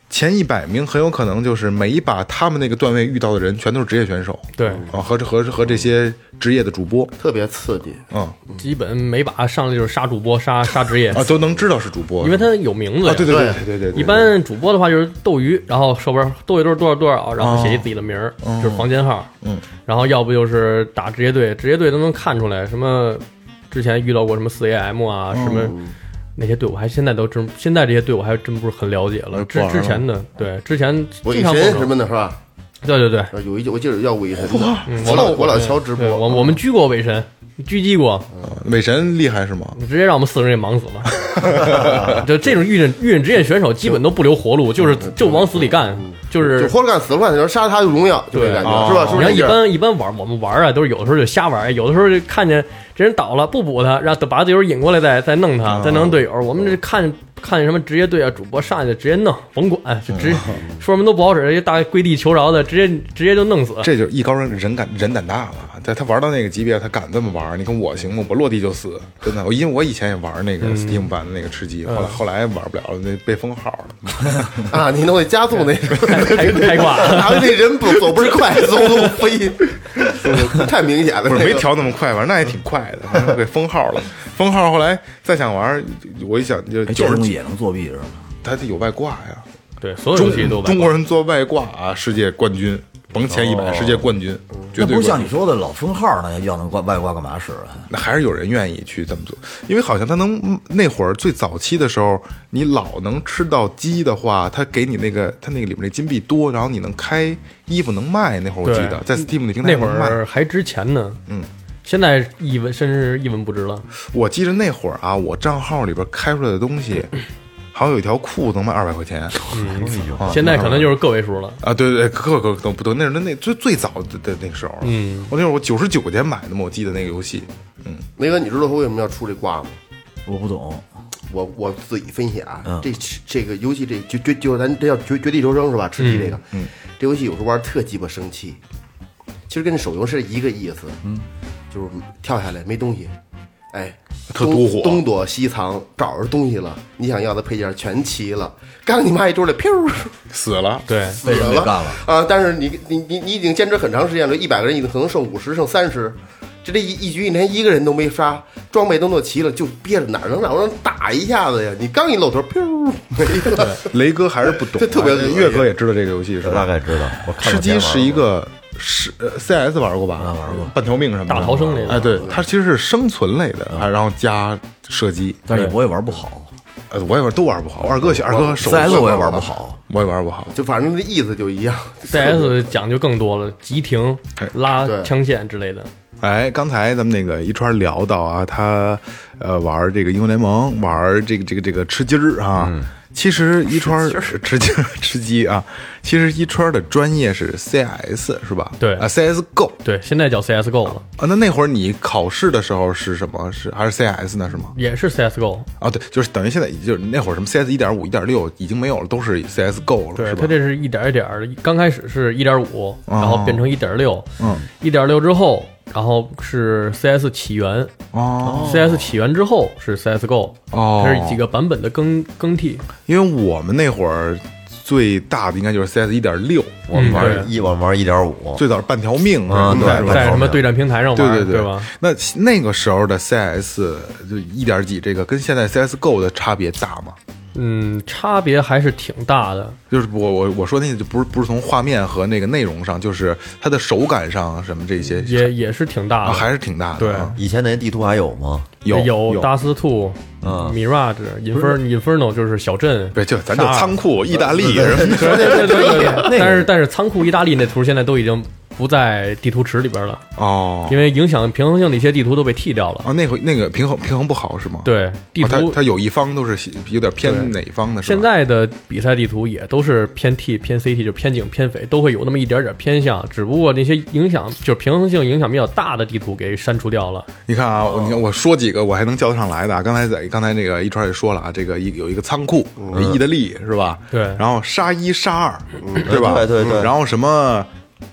前一百名很有可能就是每一把他们那个段位遇到的人全都是职业选手，对啊，和这和和这些职业的主播，特别刺激。嗯基本每把上来就是杀主播、杀杀职业，啊都能知道是主播，因为他有名字呀、啊对对对对对对对，一般主播的话就是斗鱼，然后手边斗鱼都是多少多少，然后写一自己的名儿，哦就是房间号。嗯，然后要不就是打职业队，职业队都能看出来什么。之前遇到过什么四 AM 啊，什哦么那些队伍，还现在都真现在这些队伍还真不是很了解了。之不玩了之前的对之前韦经常碰啊神到什么的是吧？对对对，有一我记得叫韦神的，嗯我老我老瞧直播嗯对，我我们狙过韦神，狙击过，美神厉害是吗？直接让我们四个人给忙死 <laughs> 了。就这种遇见遇见职业选手，基本都不留活嗯路，就是就往死里干，就是就。活着干死了干，你说杀他就荣耀，就这对感哦觉是吧？是你不是看，这一劲儿？般一般玩我们玩啊，都是有的时候就瞎玩，有的时候就看见这人倒了不补他，让把队友引过来再再弄嗯他，再弄队友。我们这看看见什么职业队啊，主播上去直接弄，甭管就 <laughs> 直接说什么都不好使，一大跪地求饶的，直接直接就 <laughs> 弄死。这就是艺高人人敢人胆大了，啊在他玩到那个级别，他敢这么玩。你看我行吗？我落地就死，真的。我因为我以前也玩那个嗯 Steam 版的那个吃鸡，后来后来玩不了了，那被封号了。啊，你弄那加速那什么，开 <laughs> 开挂。然后那人不走不是快， <laughs> 嗖嗖 <laughs> 飞，太明显了。不是这没个调那么快，玩那也挺快的，反正被封号了。封号后来再想玩，我一想就就哎这东西是也能作弊是吗？他有外挂呀。对，所有中游戏都玩中国人做外挂啊，世界冠军，甭前一百，世界冠军，绝那对不是像冠你军。说的老封号呢，要能挂外挂干嘛使啊？那还是有人愿意去这么做，因为好像他能嗯那会儿最早期的时候，你老能吃到鸡的话，他给你那个他那个里面那金币多，然后你能开衣服能卖。那会儿我记得在 Steam 那平台那上会能卖。儿还值钱呢，嗯，现在一文甚至一文不值了。我记得那会儿啊，我账号里边开出来的东 <laughs> 西，好像有一条裤子能卖二百块钱。啊现在可能就是个位数了。啊，对对，对可可可都不对，那是那那最最早的的那个时候，啊嗯，我那会儿我九十九块钱买的嘛，我记得那个游戏，梅哥，你知道他为什么要出这挂吗？我不懂，我我自己分析啊，嗯这这个游戏这绝绝就是咱这叫绝绝地求生是吧？吃鸡这个，嗯这游戏有时候玩特鸡巴生气，其实跟手游是一个意思，嗯，就是跳下来没东西，哎，特东毒火东躲西藏找着东西了，你想要的配件全齐了，刚你妈一出来，噗，死了，对，为什么死没干了？啊！但是你你你你已经坚持很长时间了，一百个人已经可能剩五十，剩三十。这这一一局你连一个人都没杀，装备都弄齐了，就憋着哪儿能让人打一下子呀？你刚一露头，噗，没了。雷哥还是不懂啊、这特别恶心岳哥也知道这个游戏是吧？大概知道。嗯我看吃过鸡前是玩一过个是呃 CS 玩过吧？玩过半条命什么的，大逃生类的哎，对，它其实是生存类的，啊，然后加射击。但是我也玩不好呃，我也玩都玩不好，二哥二哥手，CS 我也玩不好，不好，我也玩不好。就反正那哦意思就一样。 CS 讲究更多了，急停哎、拉对枪线之类的。哎，刚才咱们那个一川聊到啊，他呃玩这个英雄联盟，玩这个这个这个吃鸡儿啊。其实一川 <laughs> 吃鸡儿吃鸡啊，其实一川的专业是 CS 是吧？对啊，CSGO 对，现在叫 CSGO 了，啊。那那会儿你考试的时候是什么？是还是 CS 呢？是吗？也是 CSGO。啊，对，就是等于现在已就是那会儿什么 CS 一点五、一点六已经没有了，都是 CSGO 了，对，是它吧？哦这是一点儿一点儿的，刚开始是一点五，然后变成一点六，嗯，一点六之后，然后是 CS 起源、哦 c s 起源之后是 CSGO，哦它是几个版本的更更替，因为我们那会儿最大的应该就是 CS 一点六，我们嗯玩对玩一玩玩一点五，最早是半条命啊是吧对是吧在什么对战平台上玩，对对对吧？？那那个时候的 CS 就一点几，这个跟现在 CSGO 的差别大吗？嗯，差别还是挺大的。就是我我我说那个就不是不是从画面和那个内容上，就是它的手感上什么这些也也是挺大啊的，还是挺大的。对啊以前那些地图还有吗？有有 Das Two、嗯 Mirage、Inferno、Inferno 就是小镇，对，就咱就沙尔仓库意大利什么 <laughs> 对对对对对。但是但是仓库意大利那图现在都已经不在地图池里边了，哦因为影响平衡性的一些地图都被剃掉了。啊，那会那个平衡平衡不好是吗？对，地啊，它图、它有一方都是有点偏哪对方的是吧？现在的比赛地图也都是偏 T、偏 CT，就偏警、偏匪，都会有那么一点点偏向，只不过那些影响就是平衡性影响比较大的地图给删除掉了。你看啊，我你看我说几个我还能叫得上来的啊。刚才在刚才那个一川也说了啊，这个一有一个仓库，意大利是吧？对然后沙一、沙二，嗯对吧？对对对然后什么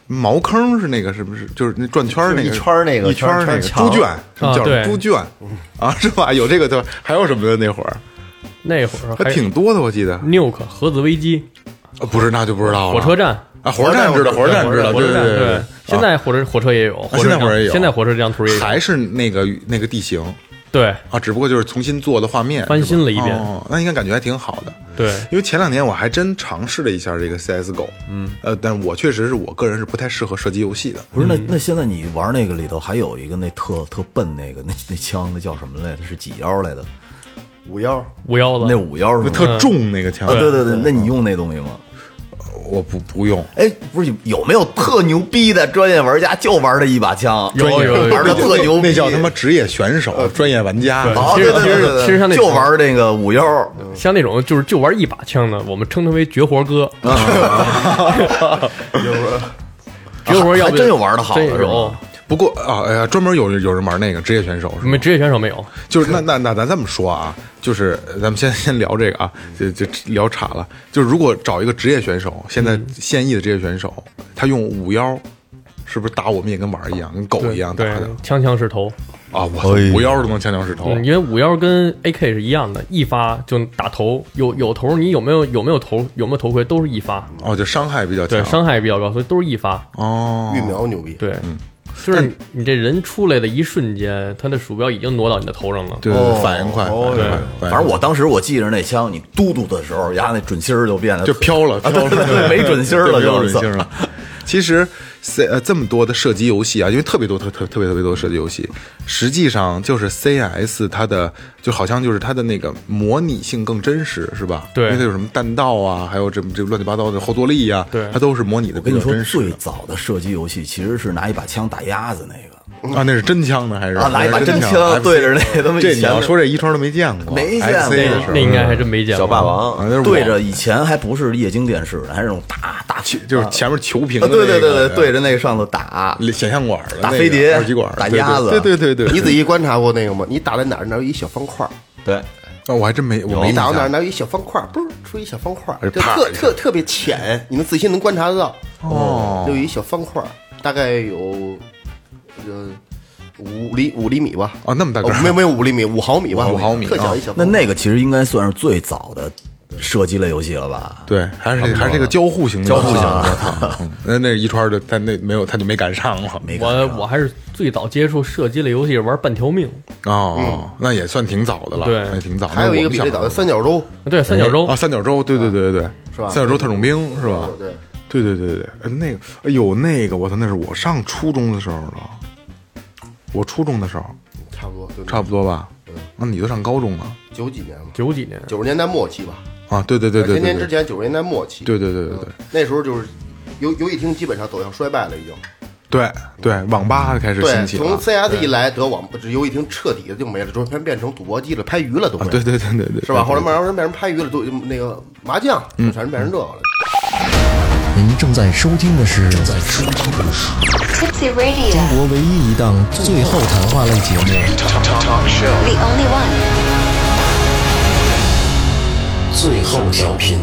茅坑是那个是不是？就是那转圈儿那个就是一圈儿那个一圈儿那个圈儿墙猪圈，什么叫什么对猪圈啊？是吧？有这个对吧，还有什么的那会儿那会儿还还挺多的，我记得。 Nuke 核子危机、啊不是，那就不知道了。火车站。啊，火车站知道，火车站知道，火对车站对啊对。现在火车火车也有，火现车在火车也有现在火车这张图也有，还是那个那个地形对啊，只不过就是重新做的画面，翻新了一遍是吧哦，那应该感觉还挺好的。对因为前两年我还真尝试了一下这个 CSGO，嗯，呃，但我确实是我个人是不太适合射击游嗯戏的。不是那那现在你玩那个里头还有一个那特特笨那个那 <laughs> 那枪那叫什么来着？是几腰来的？五幺五幺子那五腰是那吗？特重那个枪啊，，呃对对对，那你用那东西吗？我不不用，哎，不是有没有特牛逼的专业玩家就玩这一把枪，有有有玩的特牛逼，那叫他妈职业选手、专业玩家。呃对哦，其对实对其对实对对，其实像那就种玩这个五幺，像那种就是就玩一把枪的，我们称它为绝活哥。 <laughs> 啊绝活要啊还不真有玩的好的真是有吧，不过啊，哎呀，专门有有人玩那个职业选手是吗没？职业选手没有。就是那那那咱这么说啊，就是咱们先 <laughs> 先聊这个啊，就就聊岔了。就是如果找一个职业选手，现嗯在现役的职业选手，他用五幺，是不是打我们也跟玩儿一样，跟狗一样打对的，枪枪是头。哦啊？我操五幺都能枪枪使头嗯，因为五幺跟 AK 是一样的，一发就打头，有有头，你有没有有没有头有没有头盔都是一发，哦，就伤害比较对，强。伤害比较高，所以都是一发。哦， <laughs> 育苗牛逼，对，嗯就是你这人出来的一瞬间，他的鼠标已经挪到你的头上了。对对对，反应快，反应快对反哦反应快正我当时我记着那枪，你嘟嘟的时候，呀，那准心儿就变了，就飘了，飘了，啊对对对没准心儿了没有准就 <laughs> 心儿了。其实，C 呃这么多的射击游戏啊，因为特别多、特特特别特别多的射击游戏，实际上就是 CS 它的就好像就是它的那个模拟性更真实，是吧？对因为它有什么弹道啊，还有这么这个乱七八糟的后坐力呀、对它都是模拟的我比跟较你说真，实最早的射击游戏其实是拿一把枪打鸭子那个啊，那是真枪呢还是啊，拿一把还是真枪枪？对着那他妈这以你前要的说这一川都没见过，没见 FC 过的时候那应该还真没见小过。霸王啊，那是我对着以前还不是液晶电视呢，还是那种大大球，就是前面球屏啊，的那个，对对对对，对着那个嗯上头打，显像管的那个打飞碟二极管、打对对鸭子对对对对，你仔细观察过那个吗？你打在哪儿？哪儿有一小方块儿？对，啊，我还真没，我没你打到印哪儿？象哪儿有一小方块儿？不是出一小方块哎儿，就啪特一下特特别浅，你们仔细能观察得到。哦就有一小方块儿，大概有呃五厘五厘米吧。哦那么大个儿没有没有五厘米，五毫米吧，五毫米特啊小一小方那块儿。那个其实应该算是最早的射击类游戏了吧？对，还是还是这个交互型的，交互型的的。嗯那那一川的，他那没有，他就没赶上了。没我我还是最早接触射击类游戏玩半条命，哦，那也算挺早的了，对那挺早的。还有一个比那这我们早的小时三角洲，对三角候洲啊，，三角洲，对对对对对，是吧三角洲特种兵是吧？对，对对对对对，呃那个哎呦那个，我操，那是我上初中的时候了，我初中的时候差不多，对差不多吧？那你都上高中了九几年嘛，九几年，九十年代末期吧。啊？对对对对千对年之对，前，九十年代末期。对对对对对。那时候就是游游戏厅基本上走向衰败了，已经。对对，网吧开始嗯对，兴起了从 CS 一来，得网这游戏厅彻底的就没了，逐渐变成赌博机了，拍鱼了都啊没有，对对对对对，嗯是吧？后来慢慢慢慢变成拍鱼了，都那个麻将，全是变成这个了。您正在收听的是正在收听的是 Tipsy Radio, 中国唯一一档最后谈话类节目 the only one. 《最后调频》。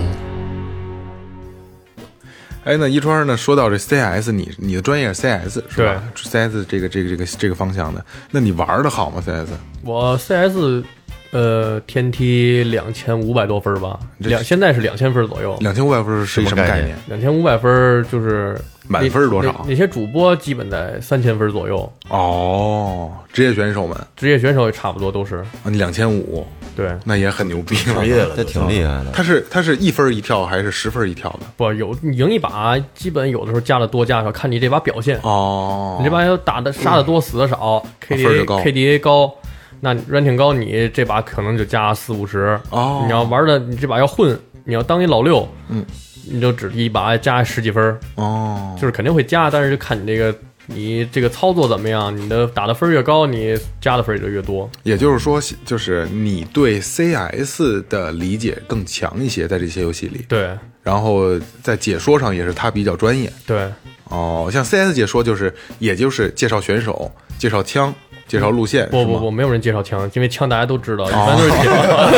哎，那一川呢？说到这 CS，你你的专业是 CS 是吧？CS 这个这个这个这个方向的，那你玩的好吗？CS 我 CS，呃，天梯两千五百多分儿吧，这两现在是两千分儿左右，两千五百分是一什么概概念念？两千五百分儿就是满那分儿多少那那些主播基本在三千分儿左右，哦，职业选手们啊，职业选手也差不多都是你两千五，对。那也很牛逼了。职业了这就，挺厉害的。他是他是一分一跳还是十分一跳的？不有你赢一把，基本有的时候加的多加的少，看你这把表现。哦，你这把要打的杀的多死的少嗯啊分儿就，KDA 高 KDA 高，那 ranking 高，你这把可能就加四五十。哦你要玩的你这把要混，你要当一老六，嗯，你就只一把加十几分儿，哦，就是肯定会加，但是就看你这个你这个操作怎么样，你的打的分儿越高，你加的分儿也就越多。也就是说，就是你对 CS 的理解更强一些，在这些游戏里，对然后在解说上也是他比较专业。对哦，像 CS 解说就是，也就是介绍选手、介绍枪、介绍路线，不哎是不吗哦不，，没有人介绍枪，因为枪大家都知道，一般都是介绍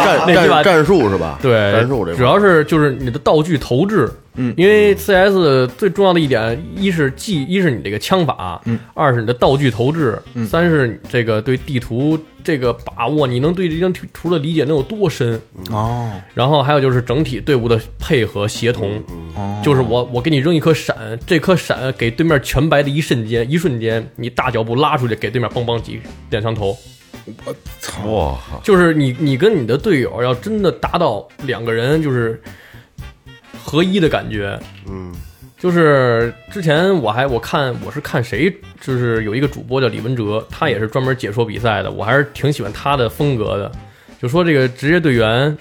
<laughs> 战那几把战战术是吧？对战术这块主要是就是你的道具投掷。嗯，因为 CS 最重要的一点，一是技，一是你这个枪法，嗯，二是你的道具投掷，嗯，三是你这个对地图这个把握，你能对这张图的理解能有多深？哦，然后还有就是整体队伍的配合协同，就是我我给你扔一颗闪，这颗闪给对面全白的一瞬间，一瞬间你大脚步拉出去，给对面梆梆几两枪头。哇靠！就是你你跟你的队友要真的达到两个人就是合一的感觉，嗯，就是之前我还我看我是看谁，就是有一个主播叫李文哲，他也是专门解说比赛的，我还是挺喜欢他的风格的，就说这个职业队员，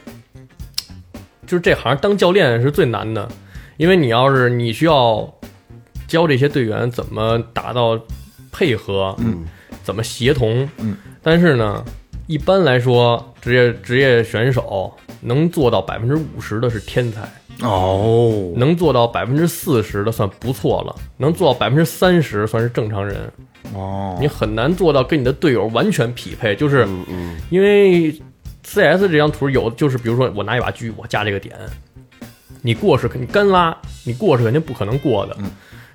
就是这行当教练是最难的，因为你要是你需要教这些队员怎么达到配合，嗯，怎么协同，嗯，但是呢，一般来说，职业职业选手能做到百分之五十的是天才，哦，能做到百分之四十的算不错了，能做到百分之三十算是正常人。哦，嗯你很难做到跟你的队友完全匹配，就是因为 CS 这张图有，就是比如说我拿一把狙，我加这个点，你过是肯你干拉，你过是肯定不可能过的，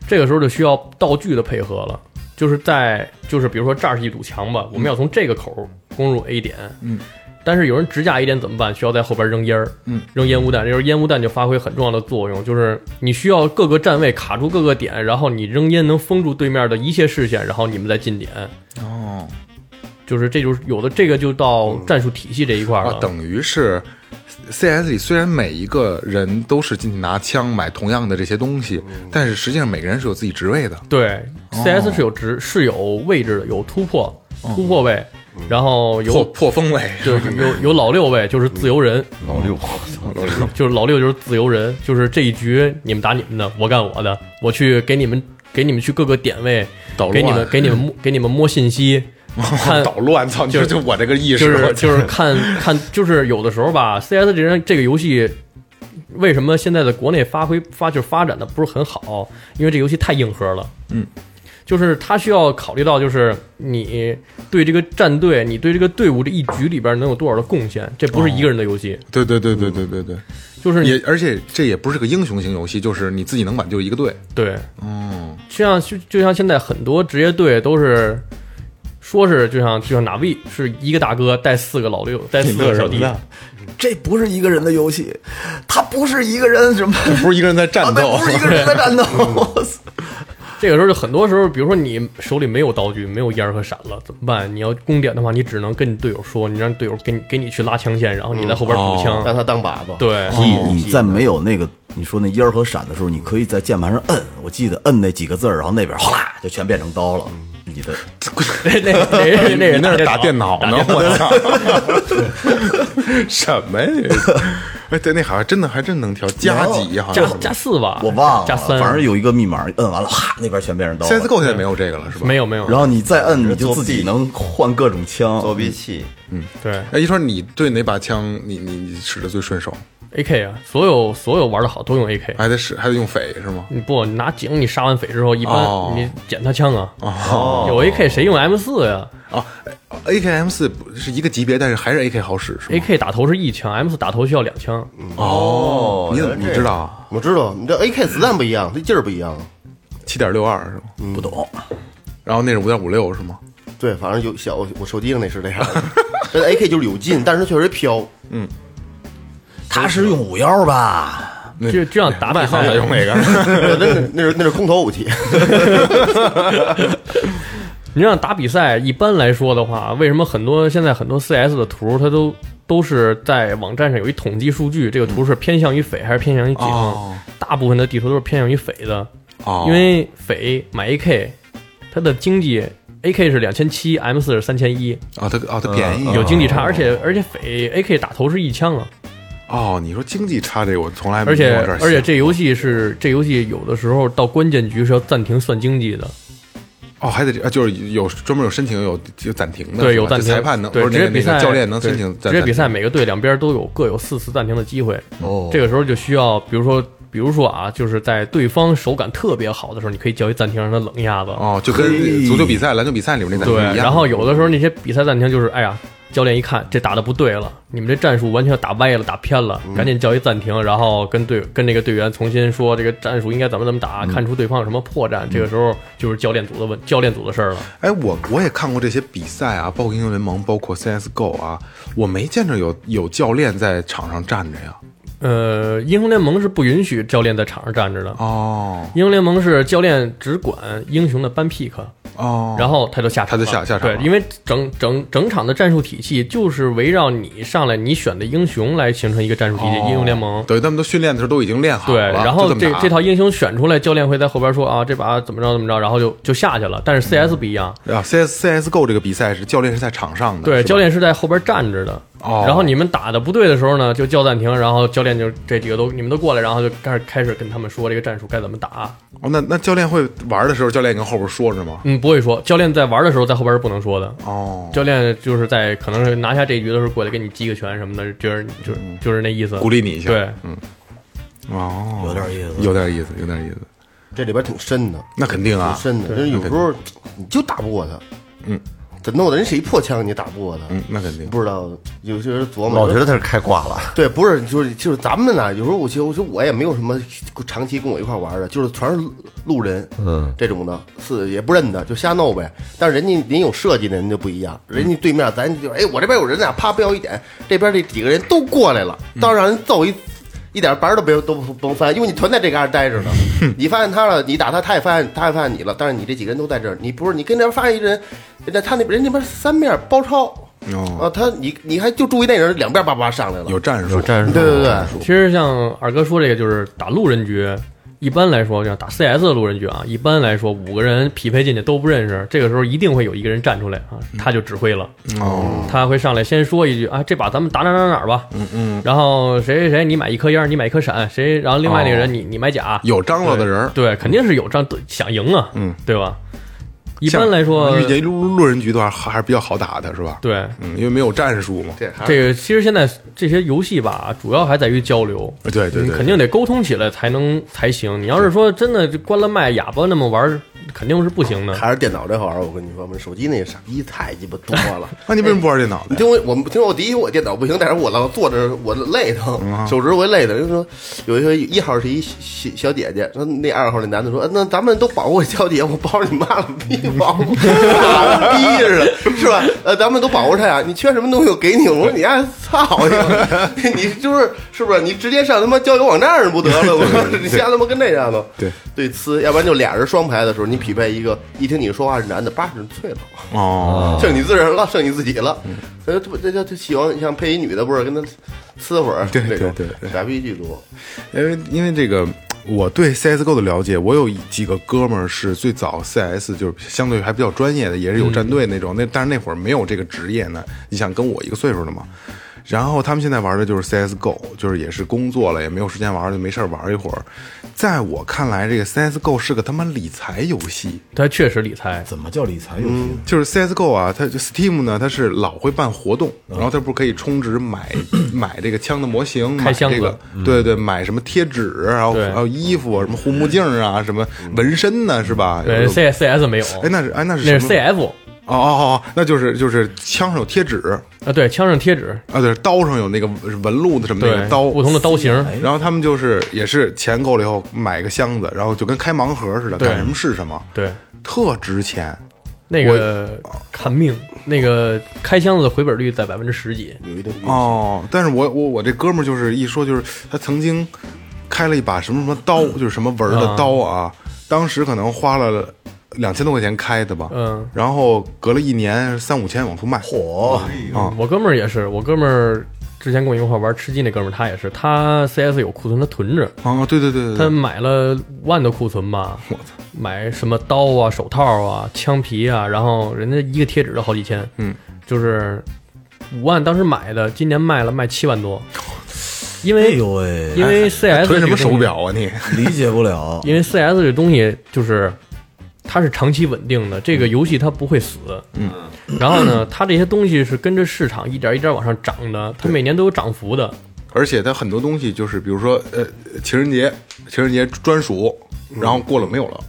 这个时候就需要道具的配合了，就是在就是比如说这儿是一堵墙吧，我们要从这个口攻入 A 点，嗯。但是有人直架 A 点怎么办？需要在后边扔烟儿，嗯，扔烟雾弹，这时候烟雾弹就发挥很重要的作用，就是你需要各个站位卡住各个点，然后你扔烟能封住对面的一切视线，然后你们再进点。哦，就是这就是有的这个就到战术体系这一块儿啊了。，等于是 CS 里虽然每一个人都是进去拿枪买同样的这些东西，嗯但是实际上每个人是有自己职位的。对，CS 哦是有值是有位置的，有突破突破位，嗯然后嗯破有破风位， <laughs> 就有有老六位，就是自由人，老六， <laughs> <laughs> 就是老六就是自由人，就是这一局你们打你们的，我干我的，我去给你们给你们去各个点位捣，乱给你们给你们摸给你们摸 <laughs> 信息，看捣乱，操！就就我这个意识，嗯就是我就是看看，就是有的时候吧，CS 这人这个游戏为什么现在在国内发挥发就是发展的不是很好？因为这游戏太硬核了。嗯，就是它需要考虑到，就是你对这个战队，你对这个队伍这一局里边能有多少的贡献，这不是一个人的游戏， <laughs> 对对对对对对对，就是你哦也而且这也不是个英雄型游戏，就是你自己能挽救一个 <laughs> 队。对，嗯，哦就像就就像现在很多职业队都是。说是就像就像哪位是一个大哥带四个老六带四个小弟，这不是一个人的游戏，他不是一个人什么，不是一个人在啊战对斗， <laughs> 不是一个人在战斗。嗯我操这个时候就很多时候，比如说你手里没有道具，没有烟儿和闪了，怎么办？你要攻点的话，你只能跟你队友说，你让队友给你给你去拉枪线，然后你在后边补嗯枪。让他当靶子。，对，所以哦你在没有那个你说那烟儿和闪的时候，你可以在键盘上摁，我记得摁那几个字儿，然后那边哗啦就全变成刀了。你你的那那那那人 <laughs> 那是打打电脑呢，我操！<laughs> 什么呀？ <laughs> 哎，对，那好像真的还真能调加几，好像啊加加四吧，我忘了，加三，反正有一个密码，摁完了，哈，那边全变成啊刀了。 CSGO 现在没有这个了，是吧？没有没有，然哦后你再摁，你就自己能换各种枪。作弊器，对哎，一川，你对哪把枪你你你使的最顺手？ AK 啊，所有所有玩的好都用 AK。还得使还得用匪是吗？你不你拿井，你杀完匪之后，一般哦你捡他枪啊。有 AK 谁用 M 四呀啊，AKM 四是一个级别，但是还是 AK 好使是吗？ ？AK 打头是一枪，M 四打头需要两枪。哦，你怎么你知道啊？我知道，你这 AK 子弹不一样，这劲儿不一样。七点六二是吗？嗯不懂，然后那是五点五六是吗？对，反正有小我手机上那是这样 <laughs> 的，但是 AK 就是有劲，但是它确实飘。他是用五幺吧？那这这样打比外号赛才用那个，对那是那是那是空投武器，你让打比赛，一般来说的话，为什么很多现在很多 CS 的图，它都都是在网站上有一统计数据，这个图是偏向于匪还是偏向于警？哦大部分的地图都是偏向于匪的，哦因为匪买 AK，它的经济 AK 是两千七，M 四是三千一，啊，它啊它便宜有经济差，而且而且匪 AK 打头是一枪啊，哦。你说经济差这个我从来没而往且这儿想而且这游戏是这游戏有的时候到关键局是要暂停算经济的，哦还得啊就是有专门有申请有有暂停的，对，是吧有暂就停，裁判能对不是职那业个比那赛个教练能申请对暂职业比暂赛，停每个队两边都有各有四次暂停的机会。哦这个时候就需要，比如说，比如说啊，就是在对方手感特别好的时候，你可以叫一暂停让他冷一下子。哦，就跟足球比赛、篮球比赛里面那暂停对一，样。然后有的时候那些比赛暂停就是，哎呀，教练一看这打的不对了，你们这战术完全打歪了，打偏了，嗯赶紧叫一暂停，然后跟队跟那个队员重新说这个战术应该怎么怎么嗯打，看出对方有什么破绽。这个时候就是教练组的问教练组的事儿了。哎，我我也看过这些比赛啊，包括英雄联盟，包括 CSGO 啊，我没见着有有教练在场上站着呀。呃，英雄联盟是不允许教练在场上站着的。哦英雄联盟是教练只管英雄的班 pick，哦，然后他就下场了，他就下下场了对，因为整整整场的战术体系就是围绕你上来你选的英雄来形成一个战术体系。英雄联盟等于他们都训练的时候都已经哦练好对，了，然后就这么打这套英雄选出来，教练会在后边说啊，这把怎么着怎么着，然后就就下去了。但是 CS 不一样，啊，CS CSGO 这个比赛是教练是在场上的，对，是吧教练是在后边站着的。哦然后你们打的不对的时候呢，就叫暂停，然后教练就这几个都你们都过来，然后就开始开始跟他们说这个战术该怎么打。哦，那那教练会玩的时候，教练跟后边说着吗？嗯，不会说，教练在玩的时候在后边是不能说的。哦，教练就是在可能是拿下这一局的时候过来给你击个拳什么的，就是就是就是那意思，嗯鼓励你一下，嗯对，哦，有点意思有点意思，有点意思，这里边挺深的，那肯定啊挺，深的。就是有时候你就打不过他，嗯，这弄的人谁破枪你也打不过他，嗯，那肯定，不知道有些人琢磨，老觉得他是开挂了， <laughs> 对，不是，就是就是咱们呢，有时候我其实我说我也没有什么长期跟我一块玩的，就是全是路人，嗯，这种的，是也不认得，就瞎弄呗。但是人家您有设计的，人就不一样，人家对面咱就哎，我这边有人啊，啪标一点，这边这几个人都过来了，到时候让人揍一。一点白都别都不甭翻，因为你团在这嘎达待着呢。你发现他了，你打他，他也发现他也发现你了。但是你这几个人都在这儿，你不是你跟那边发现一人，那他那边人那边三面包抄，啊，哦，他你你还就注意那人两边叭叭上来了，有战术，嗯战术对对对，其实像二哥说这个，就是打路人局，一般来说，像打 CS 的路人局啊，一般来说五个人匹配进去都不认识，这个时候一定会有一个人站出来啊，他就指挥了，嗯哦，他会上来先说一句啊，这把咱们打哪哪哪儿吧，嗯嗯，然后谁谁谁你买一颗烟，你买一颗闪，谁，然后另外那个哦人你你买甲，有张罗的人儿，对，肯定是有仗想赢啊，嗯，对吧？一般来说，遇见路路人局的话还还是比较好打的，是吧？，对嗯，因为没有战术嘛，这还是这个，其实现在这些游戏吧，主要还在于交流。对对对你肯定得沟通起来才能才行。你要是说真的就关了麦哑巴那么玩儿，肯定是不行的。还是电脑这好玩儿，我跟你说，我们手机那傻逼太鸡巴多了。那你为什么不玩电脑你呢？听我，我们听我，第一我电脑不行，但是我老坐着，我累的，手指我也累的。人说有一个一号是一小小姐姐，说那二号那男的说，啊那咱们都保护我小姐，我保护你妈了，逼保护，傻逼似的，是吧？呃，咱们都保护她呀，你缺什么东西我给你。我说你爱操你， <laughs> 你就是是不是？你直接上他妈交友网站上不得了？我说你瞎他妈跟那样的，对对呲，要不然就俩人双排的时候，你匹配一个，一听你说话是男的，八十脆了。哦，剩你自人了，剩你自己了。呃，这不这这这喜欢像配一女的，不是跟他呲会儿？对这种对对对傻逼剧毒。因为因为这个我对 CSGO 的了解，我有几个哥们儿是最早 CS 就是相对还比较专业的，也是有战队那种。那但是那会儿没有这个职业呢，你想跟我一个岁数的嘛。然后他们现在玩的就是 CSGO，就是也是工作了，也没有时间玩，就没事儿玩一会儿。在我看来，这个 CSGO 是个他妈理财游戏。他确实理财，怎么叫理财游戏呢？就是 CSGO 啊，它就 Steam 呢，它是老会办活动，嗯然后它不是可以充值买买这个枪的模型，开买箱这个子，嗯对对，买什么贴纸，然后对嗯还有衣服，什么护目镜啊，什么纹身呢，是吧？有对呃 C C S 没有，哎，那是哎那是那是什么 C F 哦哦哦，那就是就是枪上有贴纸啊，对，枪上贴纸，啊，对，刀上有那个纹路的什么那对个，刀，不同的刀型，然后他们就是也是钱够了以后买个箱子，然后就跟开盲盒似的，对干什么是什么，对，特值钱。那个看命，那个开箱子的回本率在百分之十几，哦，但是我我我这哥们儿就是一说就是他曾经开了一把什么什么刀，嗯就是什么纹儿的刀啊，当时可能花了两千多块钱开的吧，嗯，然后隔了一年三五千往出卖，火嗯我哥们儿也是，我哥们儿之前跟我一块儿玩吃鸡那哥们儿，他也是，他 CS 有库存，他囤着，啊，对对对他对，买了五万的库存吧，买什么刀啊、手套啊、枪皮啊，然后人家一个贴纸都好几千，嗯，就是五万当时买的，今年卖了卖七万多，因哎为、呦喂，因为 CS 囤什么这个东西手表啊你？理解不了。因为 CS 这东西就是它是长期稳定的，这个游戏它不会死。嗯，然后呢，它这些东西是跟着市场一点一点往上涨的，它每年都有涨幅的。而且它很多东西就是比如说呃情人节情人节专属，嗯然后过了没有了，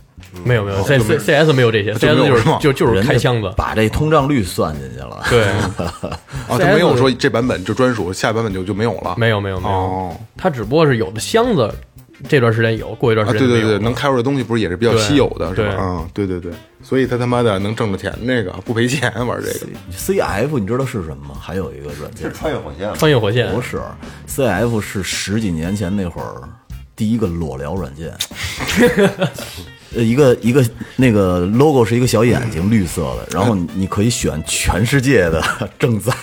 没有没有，C C CS 没有这些就没有，CS 就是是吗就就是人家开箱子。把这通胀率算进去了。对，啊，它没有说这版本就专属，下版本就就没有了，没有没有没有，哦。它只不过是有的箱子这段时间有，过一段啊，时对间就对没对，有了能开出来的东西不是也是比较对稀有的，是对吧？啊，对对对，所以他他妈的能挣着钱，那个不赔钱玩这个， CF 你知道是什么吗？还有一个软件是，穿越火线吗？穿越火线不是 CF 是十几年前那会儿第一个裸聊软件，呃一个一个那个 logo 是一个小眼睛，绿色的，然后你你可以选全世界的 <laughs> 正在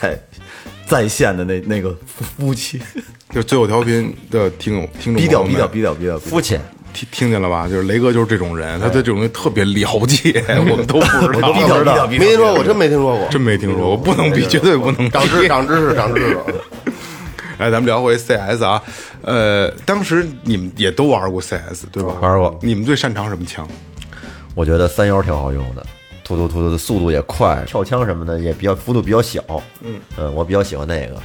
在线的那那个夫夫妻，就最后调频的听友听众低调朋低友调们低调低调，低调肤浅，听听见了吧？就是雷哥就是这种人，他对这种东西特别了解，我们都不知道，低调低调低没调听说，我真没听说 <laughs> 过。真没听说，我不能比，绝对不能长比知识，长知识，长知 <laughs> 识了。哎，咱们聊回 CS 啊，呃，当时你们也都玩过 CS 对吧？玩过你们最擅长什么枪？我觉得三幺挺好用的，突突突突的速度也快，跳枪什么的也比较幅度比较小。嗯我比较喜欢那个，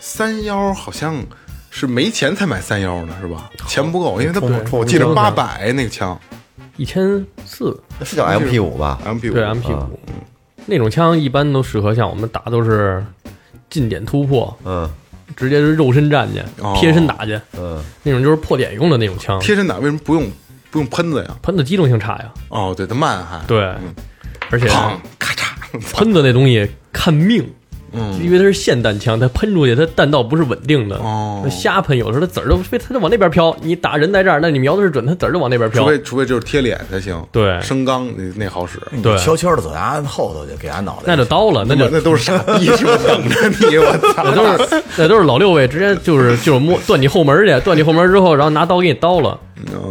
三幺好像是没钱才买三幺呢，是吧？钱不够，因为他充不充我记得不八上百那个枪一千四，那是叫 MP 五吧？ ，MP 五对 M P 五啊那种枪一般都适合像我们打都是近点突破，嗯直接是肉身战去哦，贴身打去，嗯，那种就是破点用的那种枪，贴身打为什么不用不用喷子呀？喷的机动性差呀。哦，对，它慢还，对，而且砰咔嚓， <laughs> 喷的那东西看命，嗯，因为它是霰弹枪，它喷出去它弹道不是稳定的，哦它瞎喷，有的时候它籽儿都飞，它就往那边飘。你打人在这儿，那你瞄的是准，它籽儿就往那边除飘。非除非就是贴脸才行。对升钢那那好使，你对悄悄的走他后头去，给他脑袋那就刀了，那就那都是傻逼，是不是等着你？ <laughs> 我操！那都是那都是老六位，直接就是就是摸断你后门去，断你后门之后，然后拿刀给你刀了。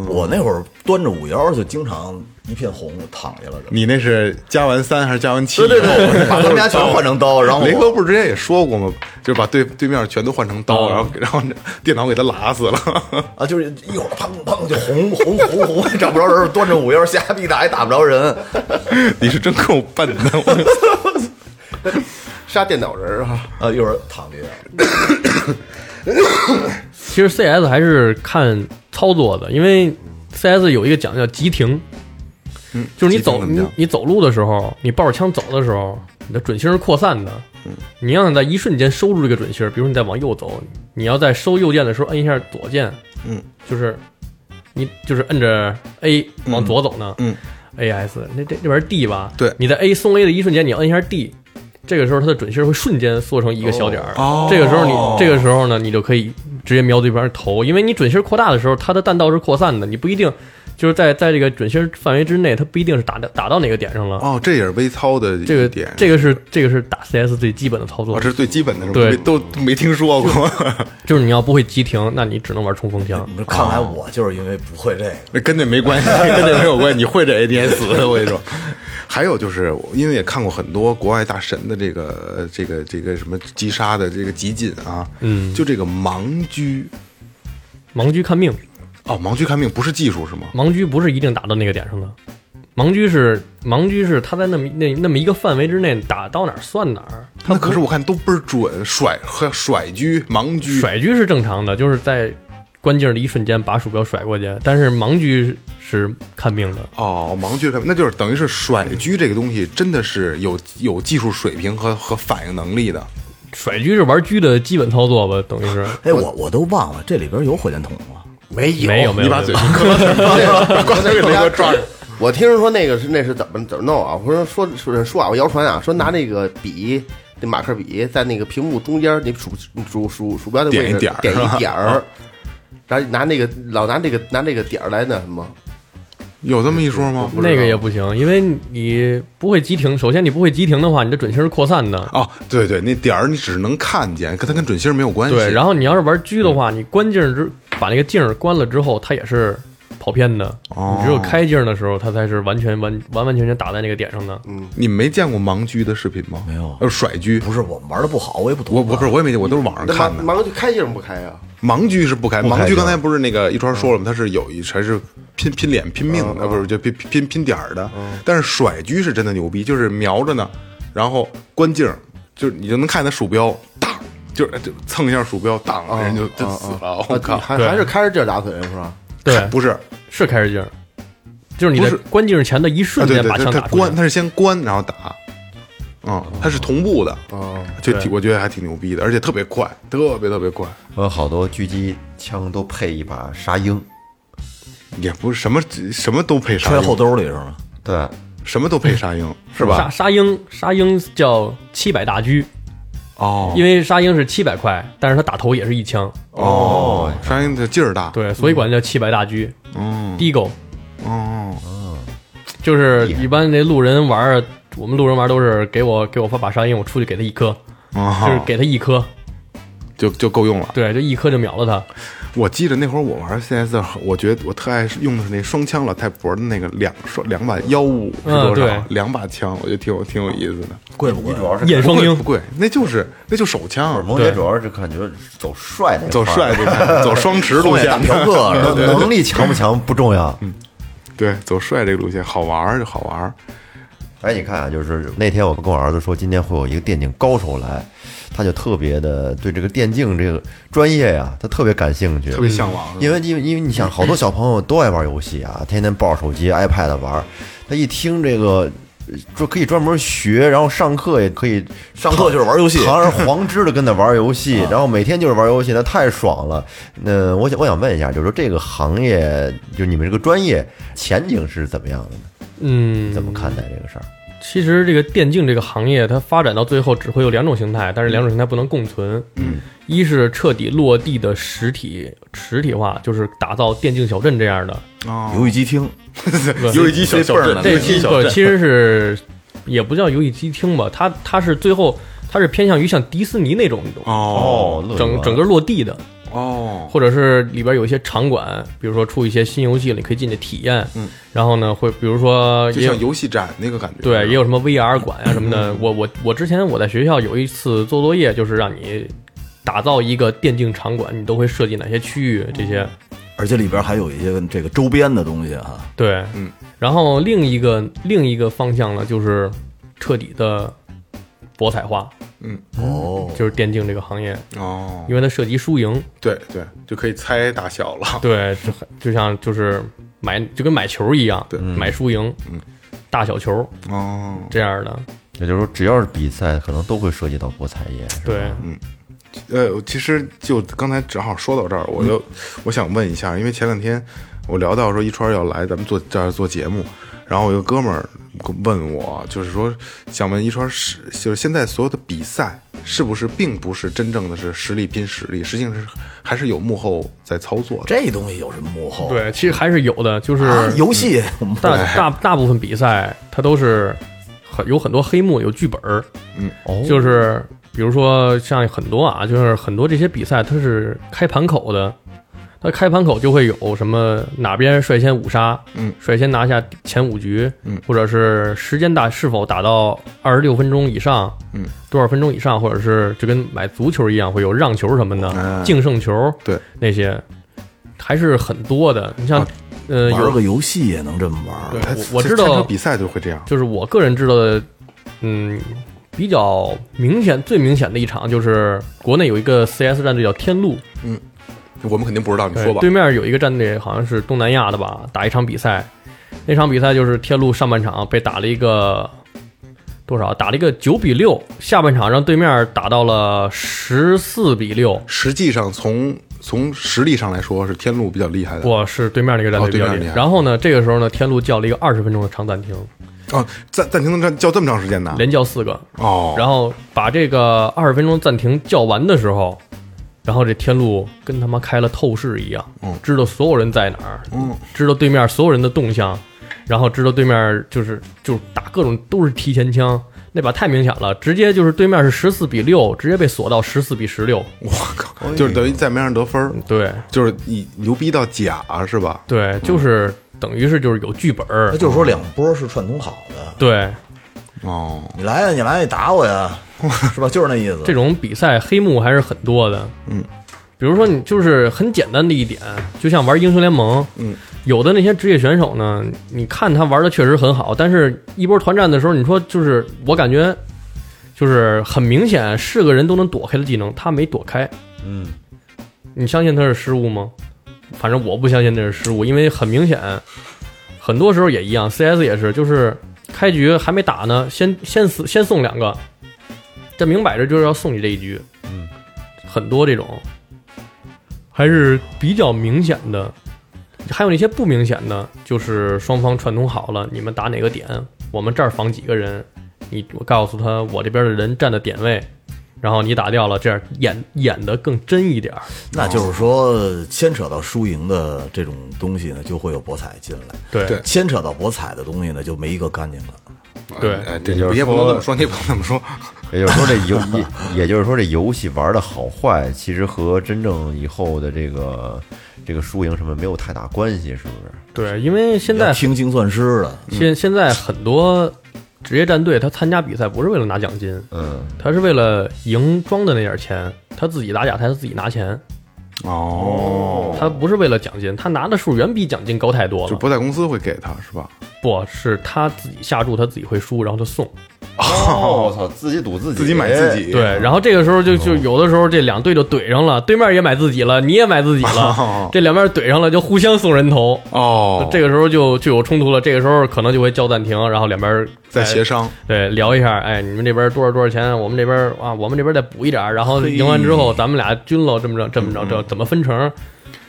我那会儿端着五幺就经常一片红躺下了就。你那是加完三还是加完七？对对对，把他们家全换成刀，然后我雷哥不是之前也说过吗？就是把对对面全都换成刀，然后然后电脑给他拉死了。 <laughs> 啊，就是一会儿砰砰就红红红红，找不着人，端着五幺瞎逼打也打不着人。你是真够笨的，我杀电脑人啊，啊，一会儿躺地上，其实 CS 还是看操作的，因为 CS 有一个讲叫急停，就是你嗯急走停怎么你讲你走路的时候，你抱着枪走的时候，你的准星是扩散的，嗯你要想在一瞬间收住这个准星，比如说你再往右走，你要在收右键的时候摁一下左键，嗯，就是你就是摁着 A 往左走呢，嗯。A S 那这这边是 D 吧？对你在 A 松 A 的一瞬间，你要摁一下 D，这个时候它的准星会瞬间缩成一个小点儿。哦这个时候你这个时候呢，你就可以直接瞄对方头，因为你准星扩大的时候，它的弹道是扩散的，你不一定就是在在这个准星范围之内，他不一定是打到打到哪个点上了。哦，这也是微操的这个一点，这个是这个是打 CS 最基本的操作哦，这，是最基本的是吧？对没都都没听说过。 <laughs> 就是你要不会急停，那你只能玩冲锋枪你。嗯们看来我就是因为不会这个，跟这没关系，跟这没有关系。你会这 ADS <laughs> 我跟你说。还有就是，因为也看过很多国外大神的这个这个这个什么击杀的这个集锦啊，嗯，就这个盲狙盲狙看命，哦，盲狙看病不是技术是吗？盲狙不是一定打到那个点上的，盲狙是盲狙是他在那么那那么一个范围之内打到哪儿算哪儿。那可是我看都倍儿准，甩和甩狙、盲狙，甩狙是正常的，就是在关键的一瞬间把鼠标甩过去，但是盲狙是看命的。哦，盲狙看，那就是等于是甩狙这个东西真的是有有技术水平和和反应能力的。甩狙是玩狙的基本操作吧，等于是哎，我我都忘了这里边有火箭筒吗？ <laughs> 没有 <laughs> 没有没有。你把嘴闭 <laughs> 上，刚才给雷哥抓着。我听说那个是那是怎么怎么弄啊？我说说说说啊，我谣传啊，说拿那个笔，那马克笔在那个屏幕中间，你鼠鼠鼠鼠标的位点一置点儿点是吧啊一点儿，然后拿那个老拿那个拿那个点儿来那什么，有这么一说吗？那个也不行，因为你不会急停。首先，你不会急停的话，你的准星是扩散的。哦，对对，那点儿你只能看见，跟它跟准星没有关系。对，然后你要是玩狙的话，嗯你关镜儿之把那个镜儿关了之后，它也是跑偏的。哦你只有开镜儿的时候，它才是完全完完完全全打在那个点上的。你没见过盲狙的视频吗？没有呃，甩狙不是我们玩的不好，我也不懂啊。我我不是我也没见，我都是网上那看盲的。盲就开镜不开啊？盲狙是不开，不开盲是狙吧刚才不是那个一川说了吗？它是有一还是拼拼脸拼命的，呃不是就拼拼拼拼点儿的。但是甩狙是真的牛逼，就是瞄着呢，然后关镜儿，就是你就能看它鼠标，当，就是就蹭一下鼠标，当，人就就死了。我啊靠，还还是开着镜儿打腿是吧？对，不是啊是开着镜儿，就是你不在是关镜儿前的一瞬啊对间对，把它枪它打出来关，。它是先关然后打。嗯，它是同步的，啊，就挺我觉得还挺牛逼的，而且特别快，特别特别快。我有好多狙击枪都配一把沙鹰，也不是什么什么都配沙揣后鹰，兜里是吗？对，什么都配沙鹰是吧沙？沙鹰，沙鹰叫七百大狙，哦因为沙鹰是七百块，但是它打头也是一枪，哦，沙鹰的劲儿大，对，所以管它叫七百大狙。嗯， Deagle 哦，就是一般那路人玩儿，我们路人玩儿都是给我给我发把沙鹰，我出去给他一颗，就是哦，给他一颗，就就够用了。对，就一颗就秒了他。我记得那会儿我玩 CS，的时候我觉得我特爱用的是那双枪老太婆的那个两双两把幺五是嗯多对少？两把枪，我觉得挺有挺有意思的。贵不贵？燕不双贵鹰不贵，那就是那就手枪，萌姐主要是感觉走帅那走块帅，儿路线，走双持路线打，嫖 <laughs> 客是吧？能能力强不强不重要。嗯对，走帅这个路线好玩儿就好玩儿。哎，你看啊，就是那天我跟我儿子说，今天会有一个电竞高手来，他就特别的对这个电竞这个专业呀、他特别感兴趣，特别向往是吧因为因为因为你想，好多小朋友都爱玩游戏啊，天天抱着手机、iPad 玩儿，他一听这个。就可以专门学，然后上课也可以上课就是玩游戏啊堂而皇之的跟他玩游 <laughs> 戏，然后每天就是玩游戏，那太爽了。那我想我想问一下，就是说这个行业，就是你们这个专业前景是怎么样的呢？嗯，怎么看待这个事儿？其实这个电竞这个行业，它发展到最后只会有两种形态，但是两种形态不能共存。嗯，一是彻底落地的实体实体化，就是打造电竞小镇这样的。哦游戏机厅，游戏机小小镇，这机构其实是也不叫游戏机厅吧，它它是最后它是偏向于像迪士尼那种哦乐园整整个落地的，哦，或者是里边有一些场馆，比如说出一些新游戏，你可以进去体验。嗯，然后呢，会比如说就也有像游戏展那个感觉。对，也有什么 VR 馆啊呀、什么的。我我我之前我在学校有一次做作业，就是让你打造一个电竞场馆，你都会设计哪些区域这些。而且里边还有一些这个周边的东西啊哈。对，嗯。然后另一个另一个方向呢，就是彻底的博彩化，哦，就是电竞这个行业，哦，因为它涉及输赢，对对，就可以猜大小了。对，就很就像就是买就跟买球一样，对买输赢，大小球哦，这样的，也就是说，只要是比赛，可能都会涉及到博彩业。是吧对，呃，我其实就刚才正好说到这儿，我就、我想问一下，因为前两天我聊到说一川要来咱们做这儿做节目，然后我一个哥们儿问我，就是说想问一川是就是现在所有的比赛是不是并不是真正的是实力拼实力，实际上是还是有幕后在操作的。这东西有什么幕后？对，其实还是有的，就是、啊，游戏嗯大大大部分比赛它都是很有很多黑幕，有剧本儿，嗯哦，就是比如说像很多啊，就是很多这些比赛它是开盘口的，它开盘口就会有什么哪边率先五杀，嗯，率先拿下前五局，嗯，或者是时间打是否打到二十六分钟以上，嗯，多少分钟以上，或者是就跟买足球一样会有让球什么的，哎净胜球，对那些还是很多的。你像、啊呃有玩个游戏也能这么玩儿对。我我这知道这场比赛就会这样，就是我个人知道的，嗯，比较明显、最明显的一场就是国内有一个 CS 战队叫天路，我们肯定不知道，你对说吧对。面有一个战队好像是东南亚的吧，打一场比赛，那场比赛就是天路上半场被打了一个多少，打了一个九比六，下半场让对面打到了十四比六，实际上从从实力上来说，是天路比较厉害的。我是对面那个战队哦比较对面厉厉害。害然后呢，这个时候呢，天路叫了一个二十分钟的长暂停，哦，暂暂停能站叫这么长时间呢？连叫四个，哦，然后把这个二十分钟暂停叫完的时候，然后这天路跟他妈开了透视一样，嗯知道所有人在哪儿，嗯，知道对面所有人的动向，然后知道对面就是就是打各种都是提前枪，那把太明显了，直接就是对面是十四比六，直接被锁到十四比十六， <laughs> 我靠，就是等于在没上得分儿，对就是你牛逼到假是吧？对，就是等于是就是有剧本儿那，就是说两波是串通好的，对哦，你来呀，你来，你打我呀，是吧？就是那意思。这种比赛黑幕还是很多的，嗯。比如说，你就是很简单的一点，就像玩英雄联盟，嗯，有的那些职业选手呢，你看他玩的确实很好，但是一波团战的时候，你说就是我感觉，就是很明显是个人都能躲开的技能，他没躲开。嗯，你相信他是失误吗？反正我不相信那是失误，因为很明显，很多时候也一样，CS 也是，就是开局还没打呢，先先死先送两个，这明摆着就是要送你这一局。嗯，很多这种还是比较明显的。还有那些不明显的，就是双方串通好了，你们打哪个点，我们这儿防几个人，你我告诉他我这边的人站的点位，然后你打掉了，这样演演的更真一点儿。那就是说，牵扯到输赢的这种东西呢，就会有博彩进来；对对牵扯到博彩的东西呢，就没一个干净的。对哎，这也就是你也不能说这么说，你也不能这么说。也就是说这游也也就是说这游戏玩的好坏，其实和真正以后的这个这个输赢什么没有太大关系，是不是？对，因为现在要听精算师的，嗯现现在很多职业战队，他参加比赛不是为了拿奖金，嗯，他是为了赢庄的那点钱，他自己打假，他自己拿钱，哦，他不是为了奖金，他拿的数远比奖金高太多就了。博彩公司会给他是吧？不是他自己下注，他自己会输，然后他送。哦，我操，自己赌自己，自己买自己，对，然后这个时候就哦就有的时候这两队就怼上了，对面也买自己了，你也买自己了， <laughs> 这两边怼上了就互相送人头。哦，这个时候就就有冲突了，这个时候可能就会叫暂停，然后两边在协协商，对，聊一下，哎，你们这边多少多少钱？我们这边啊，我们这边再补一点儿，然后赢完之嗯后，咱们俩均喽，这么着，这么着，这怎么分成？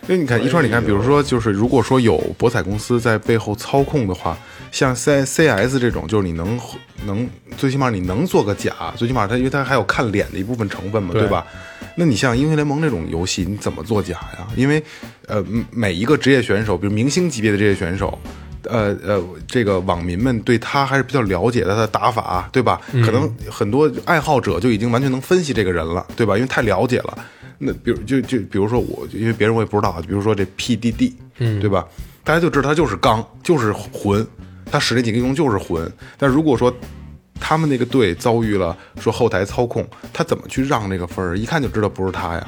因为你看一川，你哎看，比如说，就是如果说有博彩公司在背后操控的话，像 C C S 这种，就是你能能最起码你能做个假，最起码它因为它还有看脸的一部分成分嘛，对对吧？那你像英雄联盟这种游戏，你怎么做假呀？因为呃，每一个职业选手，比如明星级别的职业选手。呃呃，这个网民们对他还是比较了解的他的打法，对吧？可能很多爱好者就已经完全能分析这个人了，对吧？因为太了解了。那比如就就比如说我，因为别人我也不知道，啊比如说这 PDD，嗯，对吧？大家就知道他就是刚，就是混，他使那几个英雄就是混。但如果说他们那个队遭遇了说后台操控，他怎么去让这个分儿？一看就知道不是他呀。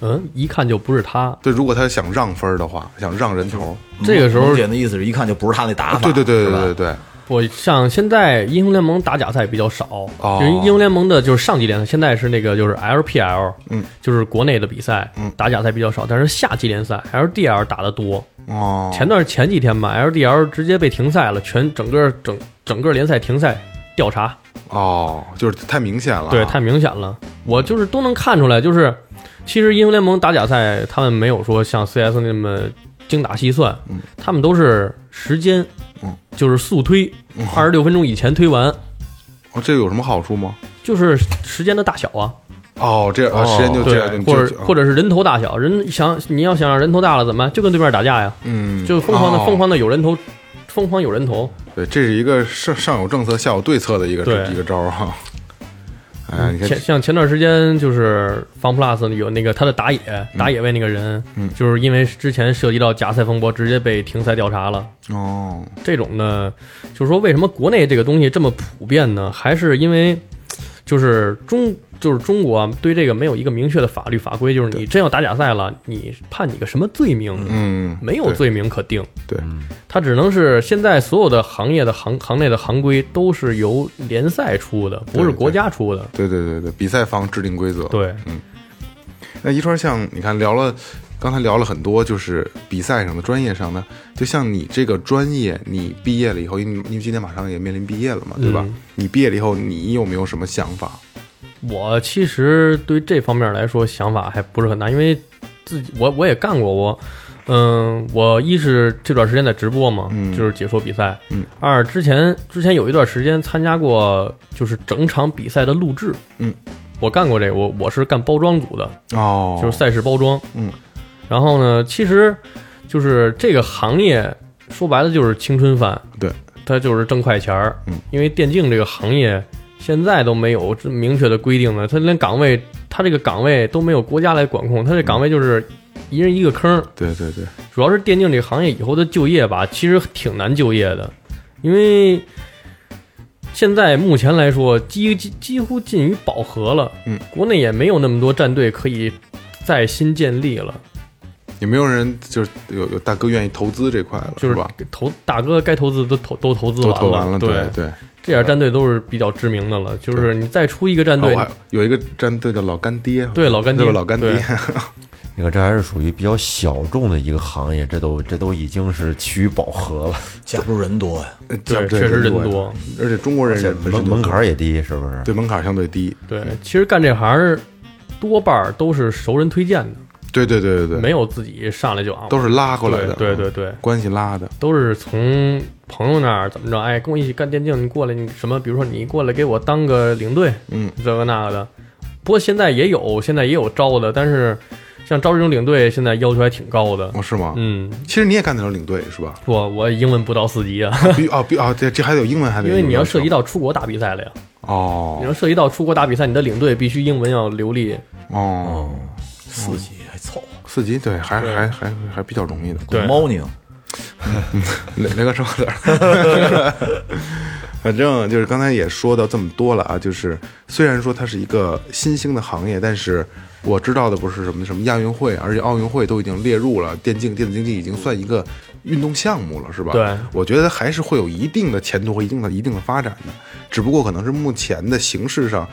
嗯，一看就不是他。对，如果他想让分儿的话，想让人头，这个时候萌，姐的意思是一看就不是他那打法，对对对是对吧对对对，我像现在英雄联盟打假赛比较少，哦因为英雄联盟的就是上级联赛，现在是那个就是 LPL，嗯，就是国内的比赛，嗯打假赛比较少，但是下级联赛 LDL 打的多。哦，前段前几天吧，LDL 直接被停赛了，全整个整整个联赛停赛调查。哦，就是太明显了啊，对，太明显了，我就是都能看出来，就是其实英雄联盟打假赛，他们没有说像 CS 那么精打细算，他们都是时间，嗯就是速推，二十六分钟以前推完。哦，这个有什么好处吗？就是时间的大小啊，哦，这样啊，时间就这对，样，或者或者者是人头大小，人想你要想让人头大了怎么办？就跟对面打架呀，嗯，就疯狂的哦疯狂的有人头，疯狂有人头，对，这是一个上上有政策，下有对策的一个对一个招儿哈。哎，你前看，像前段时间就是方 plus 有那个他的打野嗯打野位那个人，就是因为之前涉及到夹菜风波，直接被停赛调查了。哦，这种呢，就是说为什么国内这个东西这么普遍呢？还是因为就是中就是中国啊，对这个没有一个明确的法律法规，就是你真要打假赛了，你判你个什么罪名？嗯，没有对罪名可定，对，它只能是现在所有的行业的行行内的行规都是由联赛出的，不是国家出的。对对对对，比赛方制定规则。，对，那一川像你看聊了，刚才聊了很多，就是比赛上的、专业上的，就像你这个专业，你毕业了以后，因为你因为今年马上也面临毕业了嘛，对吧？嗯你毕业了以后，你有没有什么想法？我其实对这方面来说想法还不是很大，因为自己我我也干过我。嗯，我一是这段时间在直播嘛，嗯就是解说比赛。嗯。二之前之前有一段时间参加过，就是整场比赛的录制。嗯。我干过这个，我我是干包装组的，哦就是赛事包装。嗯。然后呢，其实就是这个行业说白了就是青春饭，对，它就是挣快钱儿。嗯，因为电竞这个行业现在都没有这明确的规定了，它连岗位，它这个岗位都没有国家来管控，它这岗位就是一人一个坑儿。对对对，主要是电竞这个行业以后的就业吧，其实挺难就业的，因为现在目前来说，几几几乎近于饱和了。嗯，国内也没有那么多战队可以再新建立了，有没有人就是有有大哥愿意投资这块了，就是是吧？投大哥该投资都投都投资都完了，投完了，对，对。哦这点战队都是比较知名的了。就是你再出一个战哦队，我还有一个战队叫老干爹，对老干爹对老干爹 <laughs> 对，你看，这还是属于比较小众的一个行业，这都这都已经是趋于饱和 <laughs> 了，架不住人多呀。对确实人多，而且中国人本身门就门槛儿也低，是不是？对门槛相对低，对，其实干这行儿多半儿都是熟人推荐的，对对对对对，没有自己上来就啊，都是拉过来的，对嗯对对对关系拉的，都是从朋友那儿怎么着，哎，跟我一起干电竞，你过来，你什么，比如说你过来给我当个领队，嗯，这个那个的。不过现在也有，现在也有招的，但是像招这种领队，现在要求还挺高的。哦是吗？嗯，其实你也干得了领队是吧？我我英文不到四级啊，必哦必哦，这这还得有英文，还得 <laughs> 因有为你要涉及英文到出国大比赛了呀。你哦要涉及到出国大比赛，你的领队必须英文要流利。哦，四级还凑合。四级对，还还还还比较容易的。嗯对 Good morning，雷雷哥说点儿， <laughs> 反正就是刚才也说到这么多了啊，就是虽然说它是一个新兴的行业，但是我知道的不是什么什么亚运会，啊而且奥运会都已经列入了电竞，电子竞技已经算一个运动项目了，是吧？对我觉得还是会有一定的前途和一定的一定的发展的，只不过可能是目前的形式上。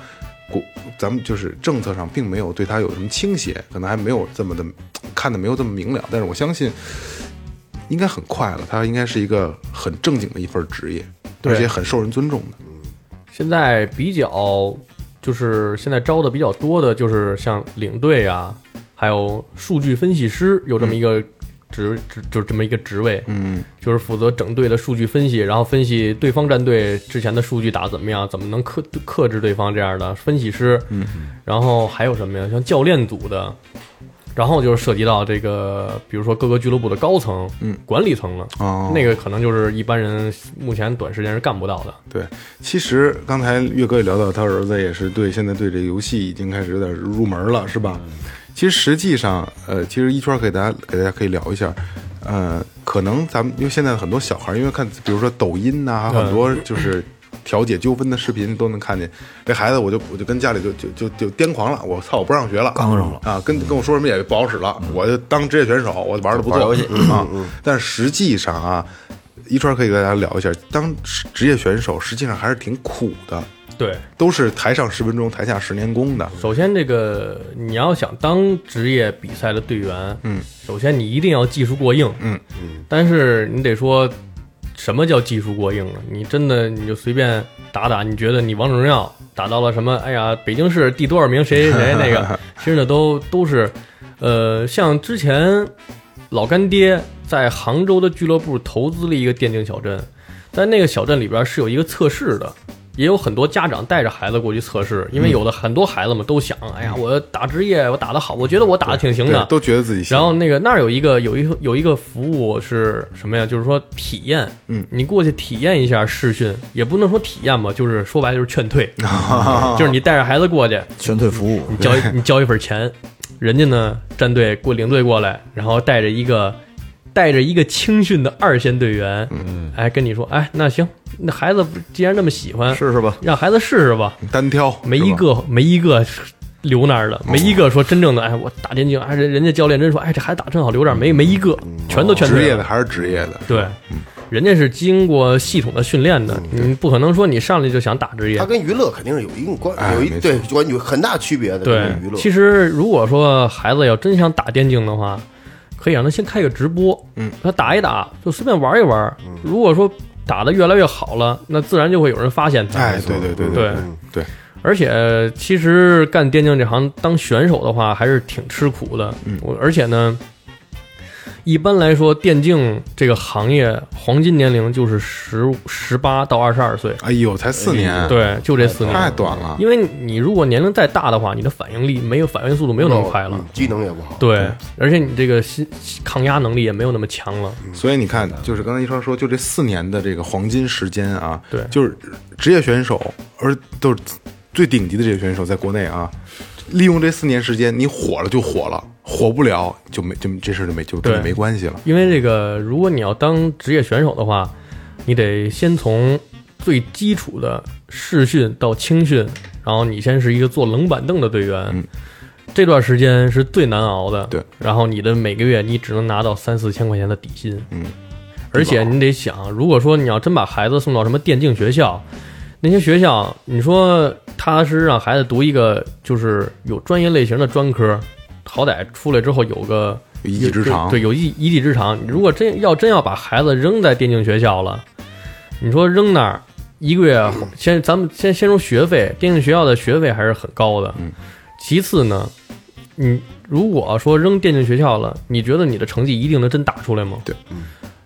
国咱们就是政策上并没有对它有什么倾斜，可能还没有这么的看的没有这么明了，但是我相信应该很快了，它应该是一个很正经的一份职业，对而且很受人尊重的。现在比较就是现在招的比较多的就是像领队啊，还有数据分析师，有这么一个职职、就是这么一个职位，嗯，就是负责整队的数据分析，然后分析对方战队之前的数据打得怎么样，怎么能克克制对方这样的分析师。嗯，然后还有什么呀？像教练组的，然后就是涉及到这个，比如说各个俱乐部的高层，嗯，管理层了。哦那个可能就是一般人目前短时间是干不到的。对，其实刚才岳哥也聊到，他儿子也是对现在对这游戏已经开始有点入门了，是吧？嗯其实实际上，呃，其实一圈儿给大家给大家可以聊一下，呃，可能咱们因为现在很多小孩儿，因为看比如说抖音呐、还有很多就是调解纠纷的视频都能看见，嗯这孩子我就我就跟家里就就就就癫狂了，我操，我不上学了，刚上了啊，跟跟我说什么也不好使了，我就当职业选手，我玩的不错嗯玩游戏嗯啊，但实际上啊。一川可以跟大家聊一下，当职职业选手实际上还是挺苦的，对，都是台上十分钟，台下十年功的。首先这个你要想当职业比赛的队员，嗯，首先你一定要技术过硬，嗯嗯，但是你得说什么叫技术过硬啊？你真的你就随便打打，你觉得你王者荣耀打到了什么？哎呀，北京市第多少名谁谁谁那个，其实呢都都是，呃，像之前老干爹在杭州的俱乐部投资了一个电竞小镇，在那个小镇里边是有一个测试的，也有很多家长带着孩子过去测试，因为有的很多孩子们都想，哎呀，我打职业我打得好，我觉得我打得挺行的对，，都觉得自己行然后那个那儿有一个有一个有一个服务是什么呀？就是说体验，嗯，你过去体验一下试训，也不能说体验吧，就是说白了就是 <laughs> 劝退，就是你带着孩子过去，劝退服务你交一你交一份钱，人家呢战队过领队过来，然后带着一个带着一个青训的二线队员，嗯，哎跟你说，哎那行，那孩子既然那么喜欢，试试吧。嗯让孩子试试吧，单挑，没一是吧哦个没一个留那儿的，没一个说真正的哎，我打电竞，哎，人人家教练真说，哎，这孩子打得真好，留这儿没没一个，全都劝嗯哦职退业的嗯了。还是职业的，对，人家是经过系统的训练的，嗯你不可能说你上来就想打职业它。跟娱乐肯定是有一定关，哎有一没错对关有很大区别的。对跟娱，乐其实如果说孩子要真想打电竞的话，可以让他先开个直播，嗯，他打一打，就随便玩一玩。嗯如果说打的越来越好了，那自然就会有人发现他。哎，对对对对对，而且其实干电竞这行当选手的话，还是挺吃苦的。嗯我而且呢，一般来说，电竞这个行业黄金年龄就是十十八到二十二岁，哎呦，才四嗯年，，对，就这四太年。短了，因为你如果年龄再大的话，你的反应力没有反应速度没有那么快了。嗯机能也不好。对，而且你这个心抗压能力也没有那么强了。所以你看，就是刚才一川说，就这四年的这个黄金时间啊，对就是职业选手，而都是最顶级的职业选手，在国内啊，利用这四年时间，你火了就火了，火不了就没就这事儿就没就跟对你没关系了。因为这个，如果你要当职业选手的话，你得先从最基础的试训到青训，然后你先是一个坐冷板凳的队员，这段时间是最难熬的。对，然后你的每个月你只能拿到三四千块钱的底薪，嗯，而且你得想，如果说你要真把孩子送到什么电竞学校，那些学校，你说他是让孩子读一个就是有专业类型的专科，好歹出来之后有个有一技之长对，有一一技之长。你如果真要真要把孩子扔在电竞学校了，你说扔那儿一个 <clears throat> 月，先咱们先先说学费，电竞学校的学费还是很高的。嗯其次呢，你如果说扔电竞学校了，你觉得你的成绩一定能真打出来吗？对，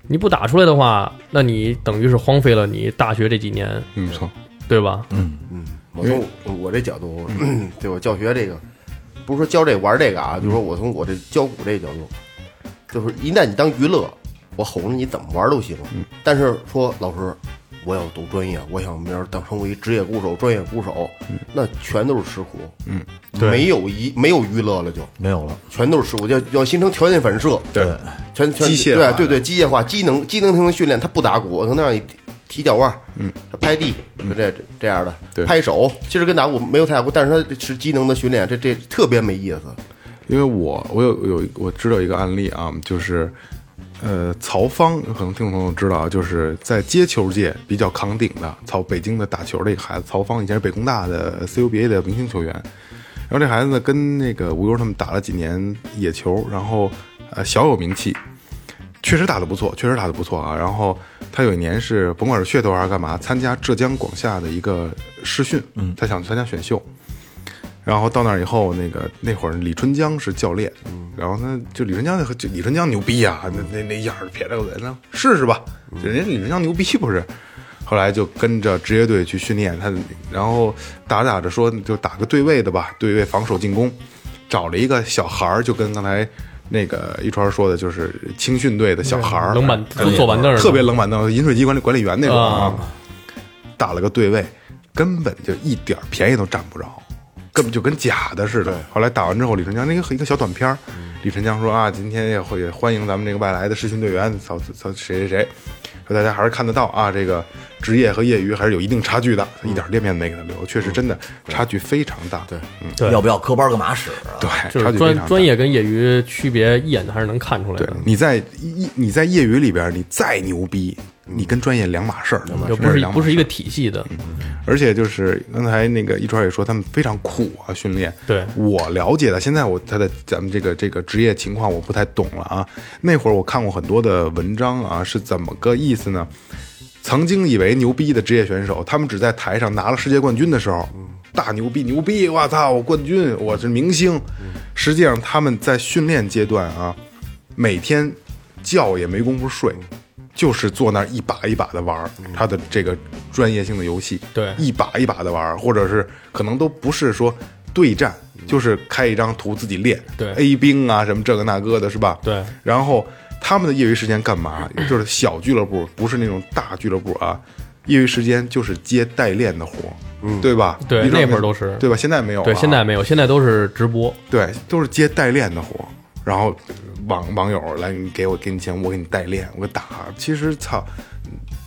你不打出来的话，那你等于是荒废了你大学这几年，嗯，没错，对吧？嗯我从我这角度， <clears throat> 对我教学这个，不是说教这玩儿这个嗯啊，就是说我从我这教鼓这角度，就是一旦你当娱乐，我吼着你怎么玩儿都行，嗯但是说老师，我要读专业，我想明儿当成为职业鼓手、专业鼓手，嗯那全都是吃苦，嗯，没有一没有娱乐了就，没有了，全都是事故，要要形成条件反射，对，全全机械化对的对对，机械化、机能机能性的训练，他不打鼓，可能让你踢脚腕，嗯，拍地，就这这这样对的，拍手，其实跟打鼓没有太大关系，但是他是机能的训练，这这特别没意思。因为我我有有我知道一个案例啊，就是呃曹芳，可能听众朋友知道啊，就是在接球界比较扛鼎的曹北京的打球的一个孩子，曹芳以前是北工大的 CUBA 的明星球员，然后这孩子呢跟那个吴优他们打了几年野球，然后呃小有名气，确实打得不错，确实打得不错啊。然后他有一年是甭管是噱头还是干嘛，参加浙江广厦的一个试训，嗯，他想参加选秀。然后到那儿以后，那个那会儿李春江是教练，然后他就李春江，就李春江牛逼啊，那那那样儿撇着个人呢，试试吧，就人家李春江牛逼不是？后来就跟着职业队去训练，他然后打着打着说就打个对位的吧，对位防守进攻，找了一个小孩儿，就跟刚才那个一川说的，就是青训队的小孩儿，冷板哎坐板凳儿的特别冷板凳，饮水机管理管理员那种啊，打了个对位，根本就一点儿便宜都占不着，根本就跟假的似的。后来打完之后，李晨江那个一个小短片儿，李晨江说啊，今天也会也欢迎咱们这个外来的试训队员，操操谁谁谁，说大家还是看得到啊，这个职业和业余还是有一定差距的，一点儿脸面没给他留，确实真的差距非常大。嗯对，嗯，对要不要科班干嘛使啊？对，就差是距非常专大专。业跟业余区别一眼还是能看出来对的，，你在业你在业余里边，你再牛逼，你跟专业两码事儿，就嗯不真是两码不是一事儿嗯个体系的。而且就是刚才那个一川也说，他们非常苦啊，训练。对我了解的，现在我他的咱们这个这个职业情况我不太懂了啊。那会儿我看过很多的文章啊，是怎么个意思呢？曾经以为牛逼的职业选手，他们只在台上拿了世界冠军的时候，大牛逼牛逼，我操，我冠军，我是明星。实际上他们在训练阶段啊，每天觉也没工夫睡，就是坐那儿一把一把的玩儿他的这个专业性的游戏，嗯对一把一把的玩儿，或者是可能都不是说对战，就是开一张图自己练，嗯对 A 兵啊什么这个那个的，是吧？对然后他们的业余时间干 <laughs> 嘛？就是小俱乐部，不是那种大俱乐部啊。业余时间就是接代练的活，嗯，对吧？对你知道那会儿都是对吧？现在没有了啊，对，现在没有，现在都是直播。对，都是接代练的活儿，然后网网友来，你给我给你钱，我给你代练，我给打。其实操，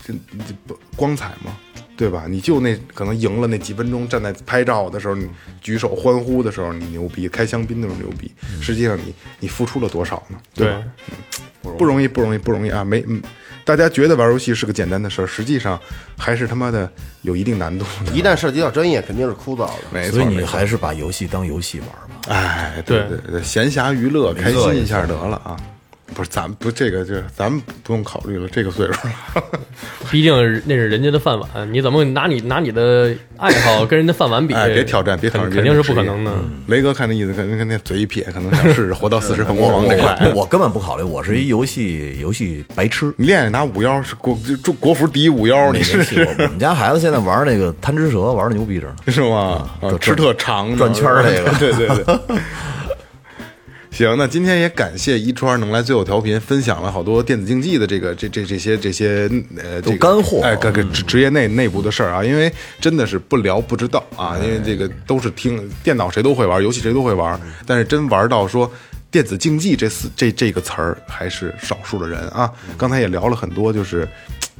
这这不光彩吗？对吧？你就那可能赢了那几分钟，站在拍照的时候，你举手欢呼的时候，你牛逼，开香槟那种牛逼。实际上你你付出了多少呢？对吧？不容易，不容易，不容易啊！没，嗯大家觉得玩游戏是个简单的事儿，实际上还是他妈的有一定难度的。一旦涉及到专业，肯定是枯燥的。没所以错，你没错还是把游戏当游戏玩吧。哎，对对对，闲暇娱乐，开心一下得了啊！不是，咱们不这个，这咱们不用考虑了，这个岁数了。毕竟那是人家的饭碗，你怎么拿你拿你的爱好跟人家饭碗比？哎，别挑战，别挑战，肯肯定是不可能的。嗯 <laughs> 雷哥看那意思，肯定跟那嘴一撇，可能想试试活到四十很魔我王这块。哎我我根本不考虑，我是一游戏游戏白痴。你练练拿五幺是国中国服第一五幺，你游试戏试我我们家孩子现在玩那个贪吃蛇，玩的牛逼着呢。是吗？啊，吃特长呢转圈儿那个对 <laughs> 对对。行，那今天也感谢一川能来最后调频，分享了好多电子竞技的这个这这这些这些呃这个干货啊哎，各个职职业内内部的事儿啊，因为真的是不聊不知道啊，因哎为这个都是听电脑谁都会玩，游戏谁都会玩，嗯但是真玩到说。电子竞技这四这这个词儿还是少数的人啊，嗯刚才也聊了很多，就是嘖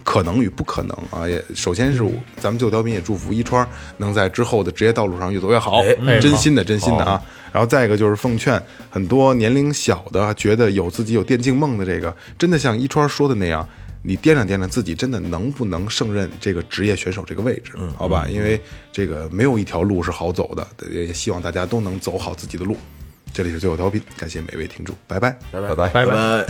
可能与不可能啊。也首先是我嗯咱们最后调频也祝福一川能在之后的职业道路上越走越好，哎真好心的真心的啊。然后再一个就是奉劝很多年龄小的，觉得有自己有电竞梦的这个，真的像一川说的那样，你掂量掂量自己真的能不能胜任这个职业选手这个位置，好吧？因为这个没有一条路是好走的，也希望大家都能走好自己的路。这里是最后调频，感谢每位听众，拜拜。拜拜。拜拜。呃，